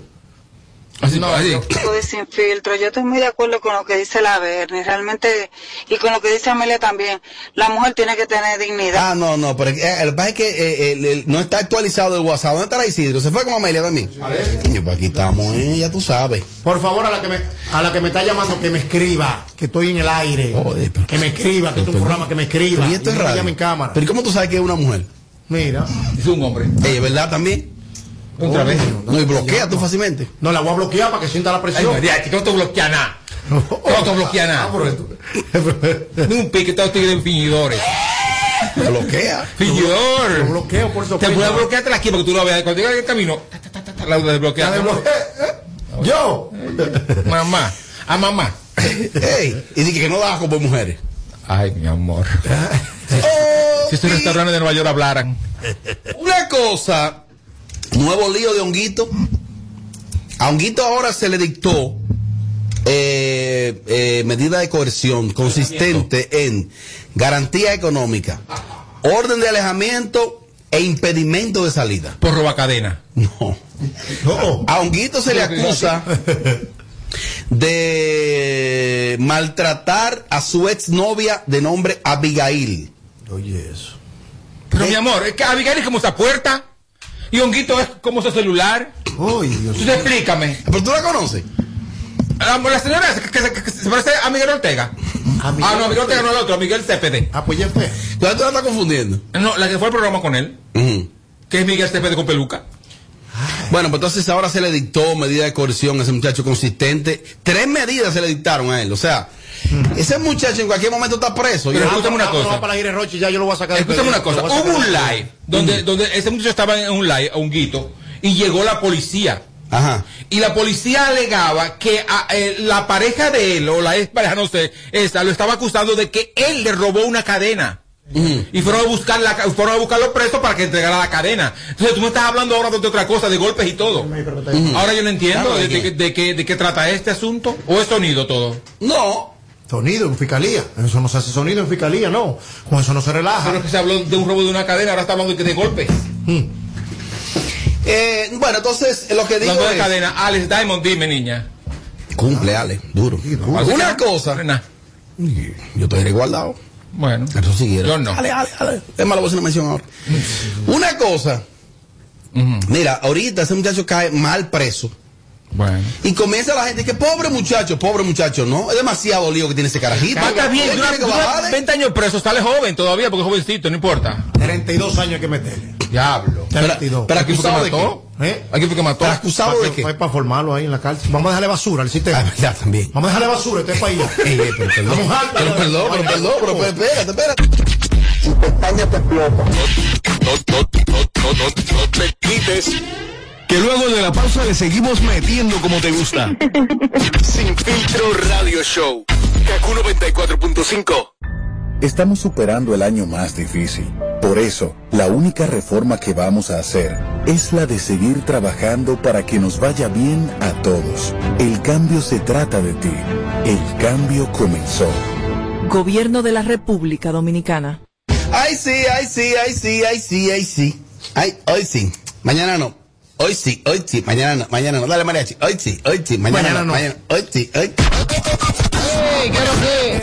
Ah, Así, pues, así. Chico de sin filtro. Yo estoy muy de acuerdo con lo que dice la Verne, realmente, y con lo que dice Amelia también. La mujer tiene que tener dignidad. Ah, no, no, pero eh, el pasa es que eh, el- el- no está actualizado el WhatsApp. ¿Dónde está la Isidro? ¿Se fue con Amelia también? Coño, pues aquí estamos, eh, ya tú sabes. Por favor, a la que me a la que me está llamando que me escriba, que estoy en el aire. que me escriba, que es un programa que me escriba. Pero y esto es no me radio. llame en cámara. Pero ¿y cómo tú sabes que es una mujer? Mira. Oh. Es un hombre. Eh, ¿verdad también? Otra vez. No, y bloquea tú fácilmente. No, la voy a bloquear para que sienta la Ay, presión. María, que no te bloquea nada. No te bloquea nada. Ni un pique, todos tigres en fingidores. Te bloquea. Fingidor. bloqueo por Te voy a bloquearte aquí para que tú lo veas. Cuando llegas en el camino, ta, ta, ta, ta, ta, la desbloquea. Yo. Mamá. A mamá. Ey, y dije que no das como mujeres. Ay, mi amor. Oh, Si esos restaurantes de Nueva York hablaran. Una cosa, nuevo lío de Honguito. A Honguito ahora se le dictó eh, eh, medida de coerción consistente en garantía económica, orden de alejamiento e impedimento de salida. Por robacadena. No. A Honguito se le acusa de maltratar a su exnovia de nombre Abigail. Oye, eso. Pero mi amor, es que Abigail es como esa puerta. Y Honguito es como su celular. Uy, Dios Entonces explícame. ¿Pero tú la conoces? La, la señora que, que- que- que se parece a Miguel Ortega. ah, no, a Miguel Ortega no el otro, a Miguel Cepede. Ah, pues ya fue. ¿Tú la estás confundiendo? No, la que fue al programa con él. Que es Miguel Cepede con peluca. Bueno, pues entonces ahora se le dictó medida de coerción a ese muchacho consistente. Tres medidas se le dictaron a él. O sea, Mm. ese muchacho en cualquier momento está preso. Pero Yo- escúchame una cosa. ah, para ir Rochi, ya yo lo voy a sacar. del Escúchame una pedido, cosa, lo voy a hubo un sacar del live donde, donde ese muchacho estaba en un live, a un guito, y llegó la policía. Ajá. Y la policía alegaba que a- eh, la pareja de él, o la ex pareja, no sé, esa, lo estaba acusando de que él le robó una cadena. Y fueron a buscar la, ca- fueron a buscarlo preso para que entregara la cadena. Entonces tú me estás hablando ahora de otra cosa, de golpes y todo. Ujú. Ahora yo no entiendo Claro, de, ¿de de, de qué- de qué trata este asunto. ¿O es sonido todo? No. Sonido en fiscalía. Eso no se hace sonido en fiscalía, no. Con eso no se relaja. Pero es que se habló de un robo de una cadena, ahora está hablando de, de golpes. Eh, bueno, entonces lo que digo Hablando de es- cadena, Alex Diamond, dime niña. Cumple, Ale, duro. Una cosa. Yo estoy resguardado. Bueno. Eso siguieron. Yo no. Mm. Ale, ale, ale. Es malo voy a hacer una mención ahora. Una cosa. Mira, ahorita ese muchacho cae mal preso. Bueno. Y comienza la gente que pobre muchacho, pobre muchacho, no. Es demasiado lío que tiene ese carajito. Ah, está bien, Él dura, tiene que dura bajarle. 20 años preso, sale joven todavía, porque es jovencito, no importa. 32 años hay que meterle. Diablo. Pero, ¿Pero aquí fue que mató? ¿Eh? ¿Aquí fue que mató? acusado de qué? Para, formarlo ahí en la cárcel. Vamos a dejarle basura al sistema. Ah, también. Eh, Vamos a dejarle basura a este país. Vamos a Pero perdón, pero perdón, pero espérate, espérate. No, no, no, no, no, no te quites. que luego de la pausa le seguimos metiendo como te gusta. Sin filtro radio show. Kaku 94.5. Estamos superando el año más difícil. Por eso, la única reforma que vamos a hacer es la de seguir trabajando para que nos vaya bien a todos. El cambio se trata de ti. El cambio comenzó. Gobierno de la República Dominicana. Ay, sí, ay, sí, ay, sí, ay, sí, ay, sí. Ay, hoy sí. Mañana no. Hoy sí, hoy sí. Mañana no, mañana no. Dale, mariachi. Hoy sí, hoy sí. Mañana, Mañana no. no. Mañana, hoy sí, hoy sí.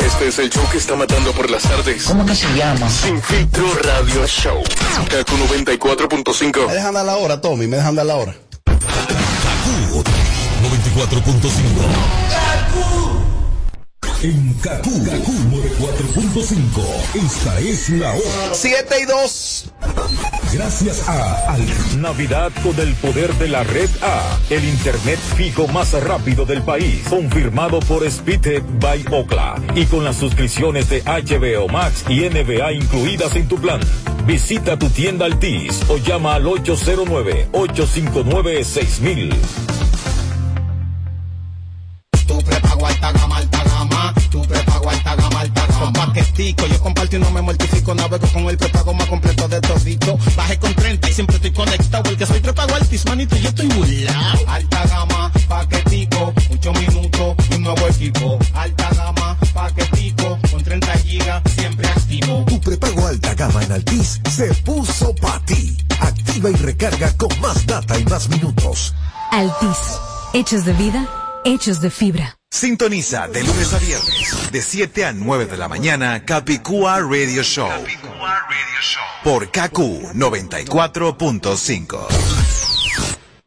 Este es el show que está matando por las tardes. ¿Cómo que se llama? Sin filtro radio show. Kaku 94.5. Me dejan dar la hora, Tommy. Me dejan dar la hora. 94.5. En Kaku, Kaku 4.5. Esta es la hora. 7 y 2. Gracias a Al. Navidad con el poder de la red A, el internet fijo más rápido del país, confirmado por Speedtech by Ocla y con las suscripciones de HBO Max y NBA incluidas en tu plan. Visita tu tienda Altis o llama al 809-859-6000. Tu prepago alta gama, alta gama. Tu prepago alta gama, alta gama. Con paquetico, yo comparto y no me mortifico. Navego con el prepago más completo de todito. Bajé con 30 y siempre estoy conectado. Porque soy prepago altis, manito, yo estoy burlao. Alta gama, paquetico. 8 minutos, un nuevo equipo. Alta gama, paquetico. Con 30 gigas, siempre activo. Tu prepago alta gama en Altis se puso para ti. Activa y recarga con más data y más minutos. Altis, hechos de vida, hechos de fibra. Sintoniza de lunes a viernes, de 7 a 9 de la mañana, Capicúa Radio Show. Por KQ 94.5.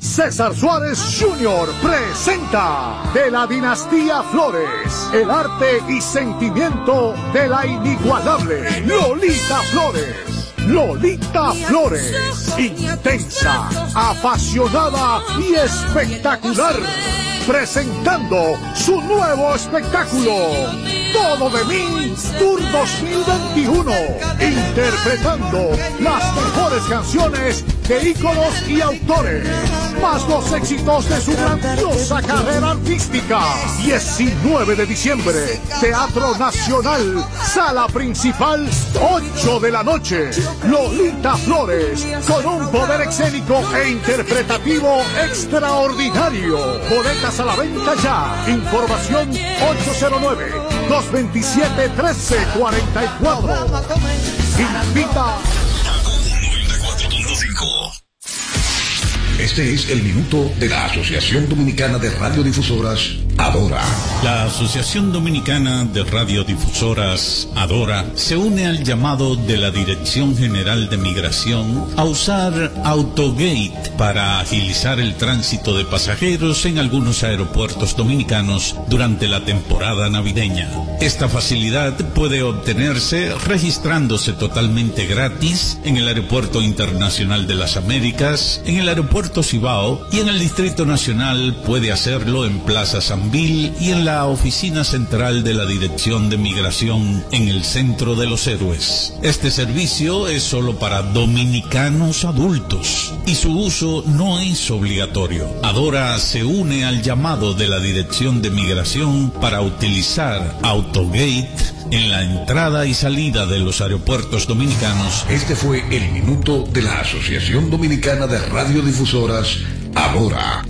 César Suárez Jr. presenta de la dinastía Flores, el arte y sentimiento de la inigualable Lolita Flores. Lolita Flores, intensa, apasionada y espectacular, presentando su nuevo espectáculo, Todo de mí, Tour 2021, interpretando las mejores canciones de íconos y autores, más los éxitos de su grandiosa carrera artística. 19 de diciembre, Teatro Nacional, Sala Principal, 8 de la noche. Lolita Flores, con un poder escénico e interpretativo extraordinario. Boletas a la venta ya. Información 809-227-1344. Invita Este es el minuto de la Asociación Dominicana de Radiodifusoras, Adora. La Asociación Dominicana de Radiodifusoras, Adora, se une al llamado de la Dirección General de Migración a usar Autogate para agilizar el tránsito de pasajeros en algunos aeropuertos dominicanos durante la temporada navideña. Esta facilidad puede obtenerse registrándose totalmente gratis en el Aeropuerto Internacional de las Américas, en el Aeropuerto Cibao y en el Distrito Nacional puede hacerlo en Plaza Sambil y en la Oficina Central de la Dirección de Migración en el Centro de los Héroes. Este servicio es solo para dominicanos adultos y su uso no es obligatorio. Adora se une al llamado de la Dirección de Migración para utilizar Autogate en la entrada y salida de los aeropuertos dominicanos. Este fue el minuto de la Asociación Dominicana de Radiodifusoras, Adora.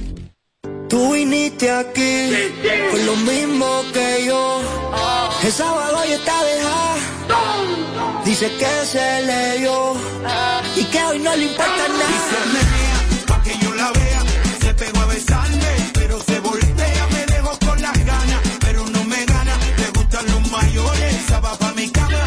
Tú y viniste aquí con lo mismo que yo. El sábado ya está dejada. Dice que se leyó y que hoy no le importa nada. Pa' que yo la vea, se pegó a besarme, pero se voltea, me dejo con las ganas, pero no me gana, le gustan los mayores, esa va pa' mi cama.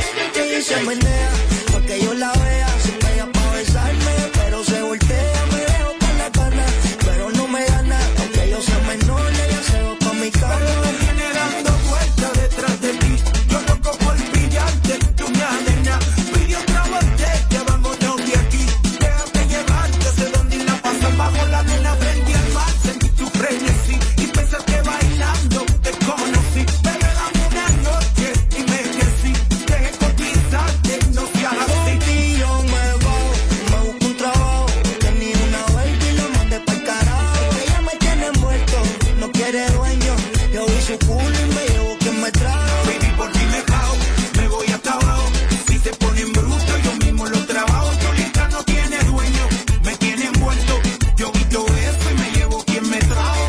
Y se menea pa' que yo la vea. Se pega pa' besarme, pero se voltea. Me dejo con la gana, pero no me gana. Aunque yo sea menor, ella se va pa' mi cara. Viene dando vueltas detrás de ti, yo loco por brillante, tú me arena, pide otra botella, vamos de un día aquí, déjate llevar, yo sé dónde la pasan, bajo la nena, prendí al mar, sentí tu frenesí, y pensé que bailando te conocí, bebé, dame una noche, y me que sí, deje cotizarte, no seas así. Yo me voy, me busco un trabajo. Tenía una baby y lo mandé pa'l carajo. Ella me tiene muerto, no quiere dueño. Yo vi su culo y me llevo que me trajo. Baby, por ti me cao, me voy hasta abajo. Si se ponen bruto, yo mismo lo trabajo. Chulita no tiene dueño, me tiene envuelto. Yo quito eso y me llevo quien me trajo.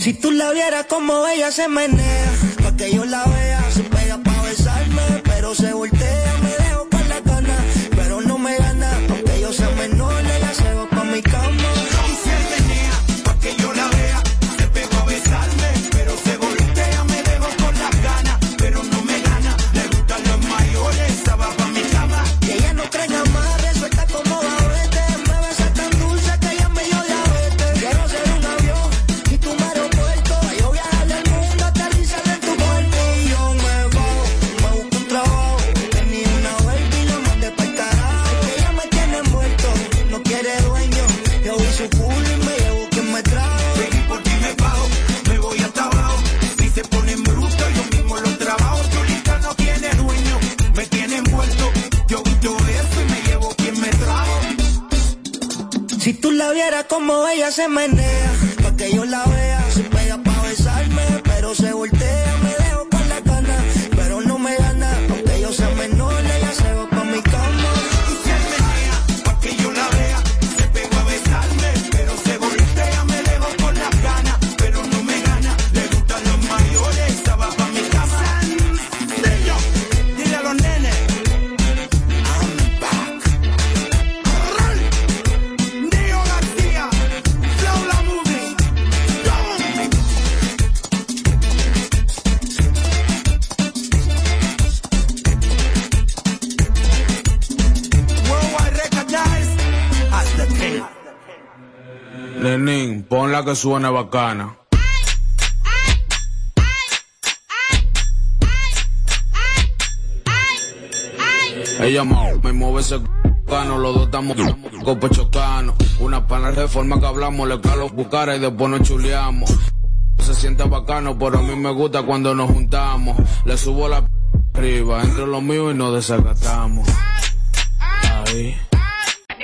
Si tú la vieras como ella se menea, pa' que yo la vea, se pega pa' besarme, pero se voltea, me dejo con la gana, pero no me gana, aunque yo sea menor, ella se va pa' mi cama. Y se menea, pa' que yo la vea. Se pegó a besarme, pero se voltea, me dejo con las ganas. Pero no me gana, le gustan los mayores, esa va pa' mi cama. Y ella no cree en amarre, suelta como babete, me besa tan dulce que ella me dio diabetes. Quiero ser un avión y tu mar aeropuerto, yo viajar al mundo, aterrizar en tu cuerpo. Y yo me voy, me busco un trabajo, tenía una baby y lo mandé pa'l carajo. Que ella me tiene muerto, no quiere dueño, yo vi su culo y me llevo quien me trajo. Baby, por ti me bajo, me voy hasta abajo. Si se ponen brutos, yo mismo lo trabajo. Chulita no tiene dueño, me tiene envuelto. Yo quito eso y me llevo quien me trajo. Si tú la vieras como ella se menea, pa' que yo la vea, se pega pa' besarme, pero se voltea, me dejo con la gana, pero no me gana, aunque yo sea menor, ella se va pa' mi cama. Pa' que yo la vea, se pegó a besarme, pero se voltea, me dejo con las ganas, pero no me gana, le gustan los mayores, esa va pa' mi cama. Sandrillo, dile a los nenes, I'm back. Roll, Neo García, Flow La Movie, Don't Be Worldwide recognized as the king. Lenin, pon la que suene bacana. Ella mo- me mueve ese cano, los dos estamos cope chocano. Una panel de forma que hablamos, le calo bucara y después nos chuleamos. Se siente bacano, pero a mí me gusta cuando nos juntamos. Le subo la p- arriba, entre lo mío y nos desacatamos. Ahí.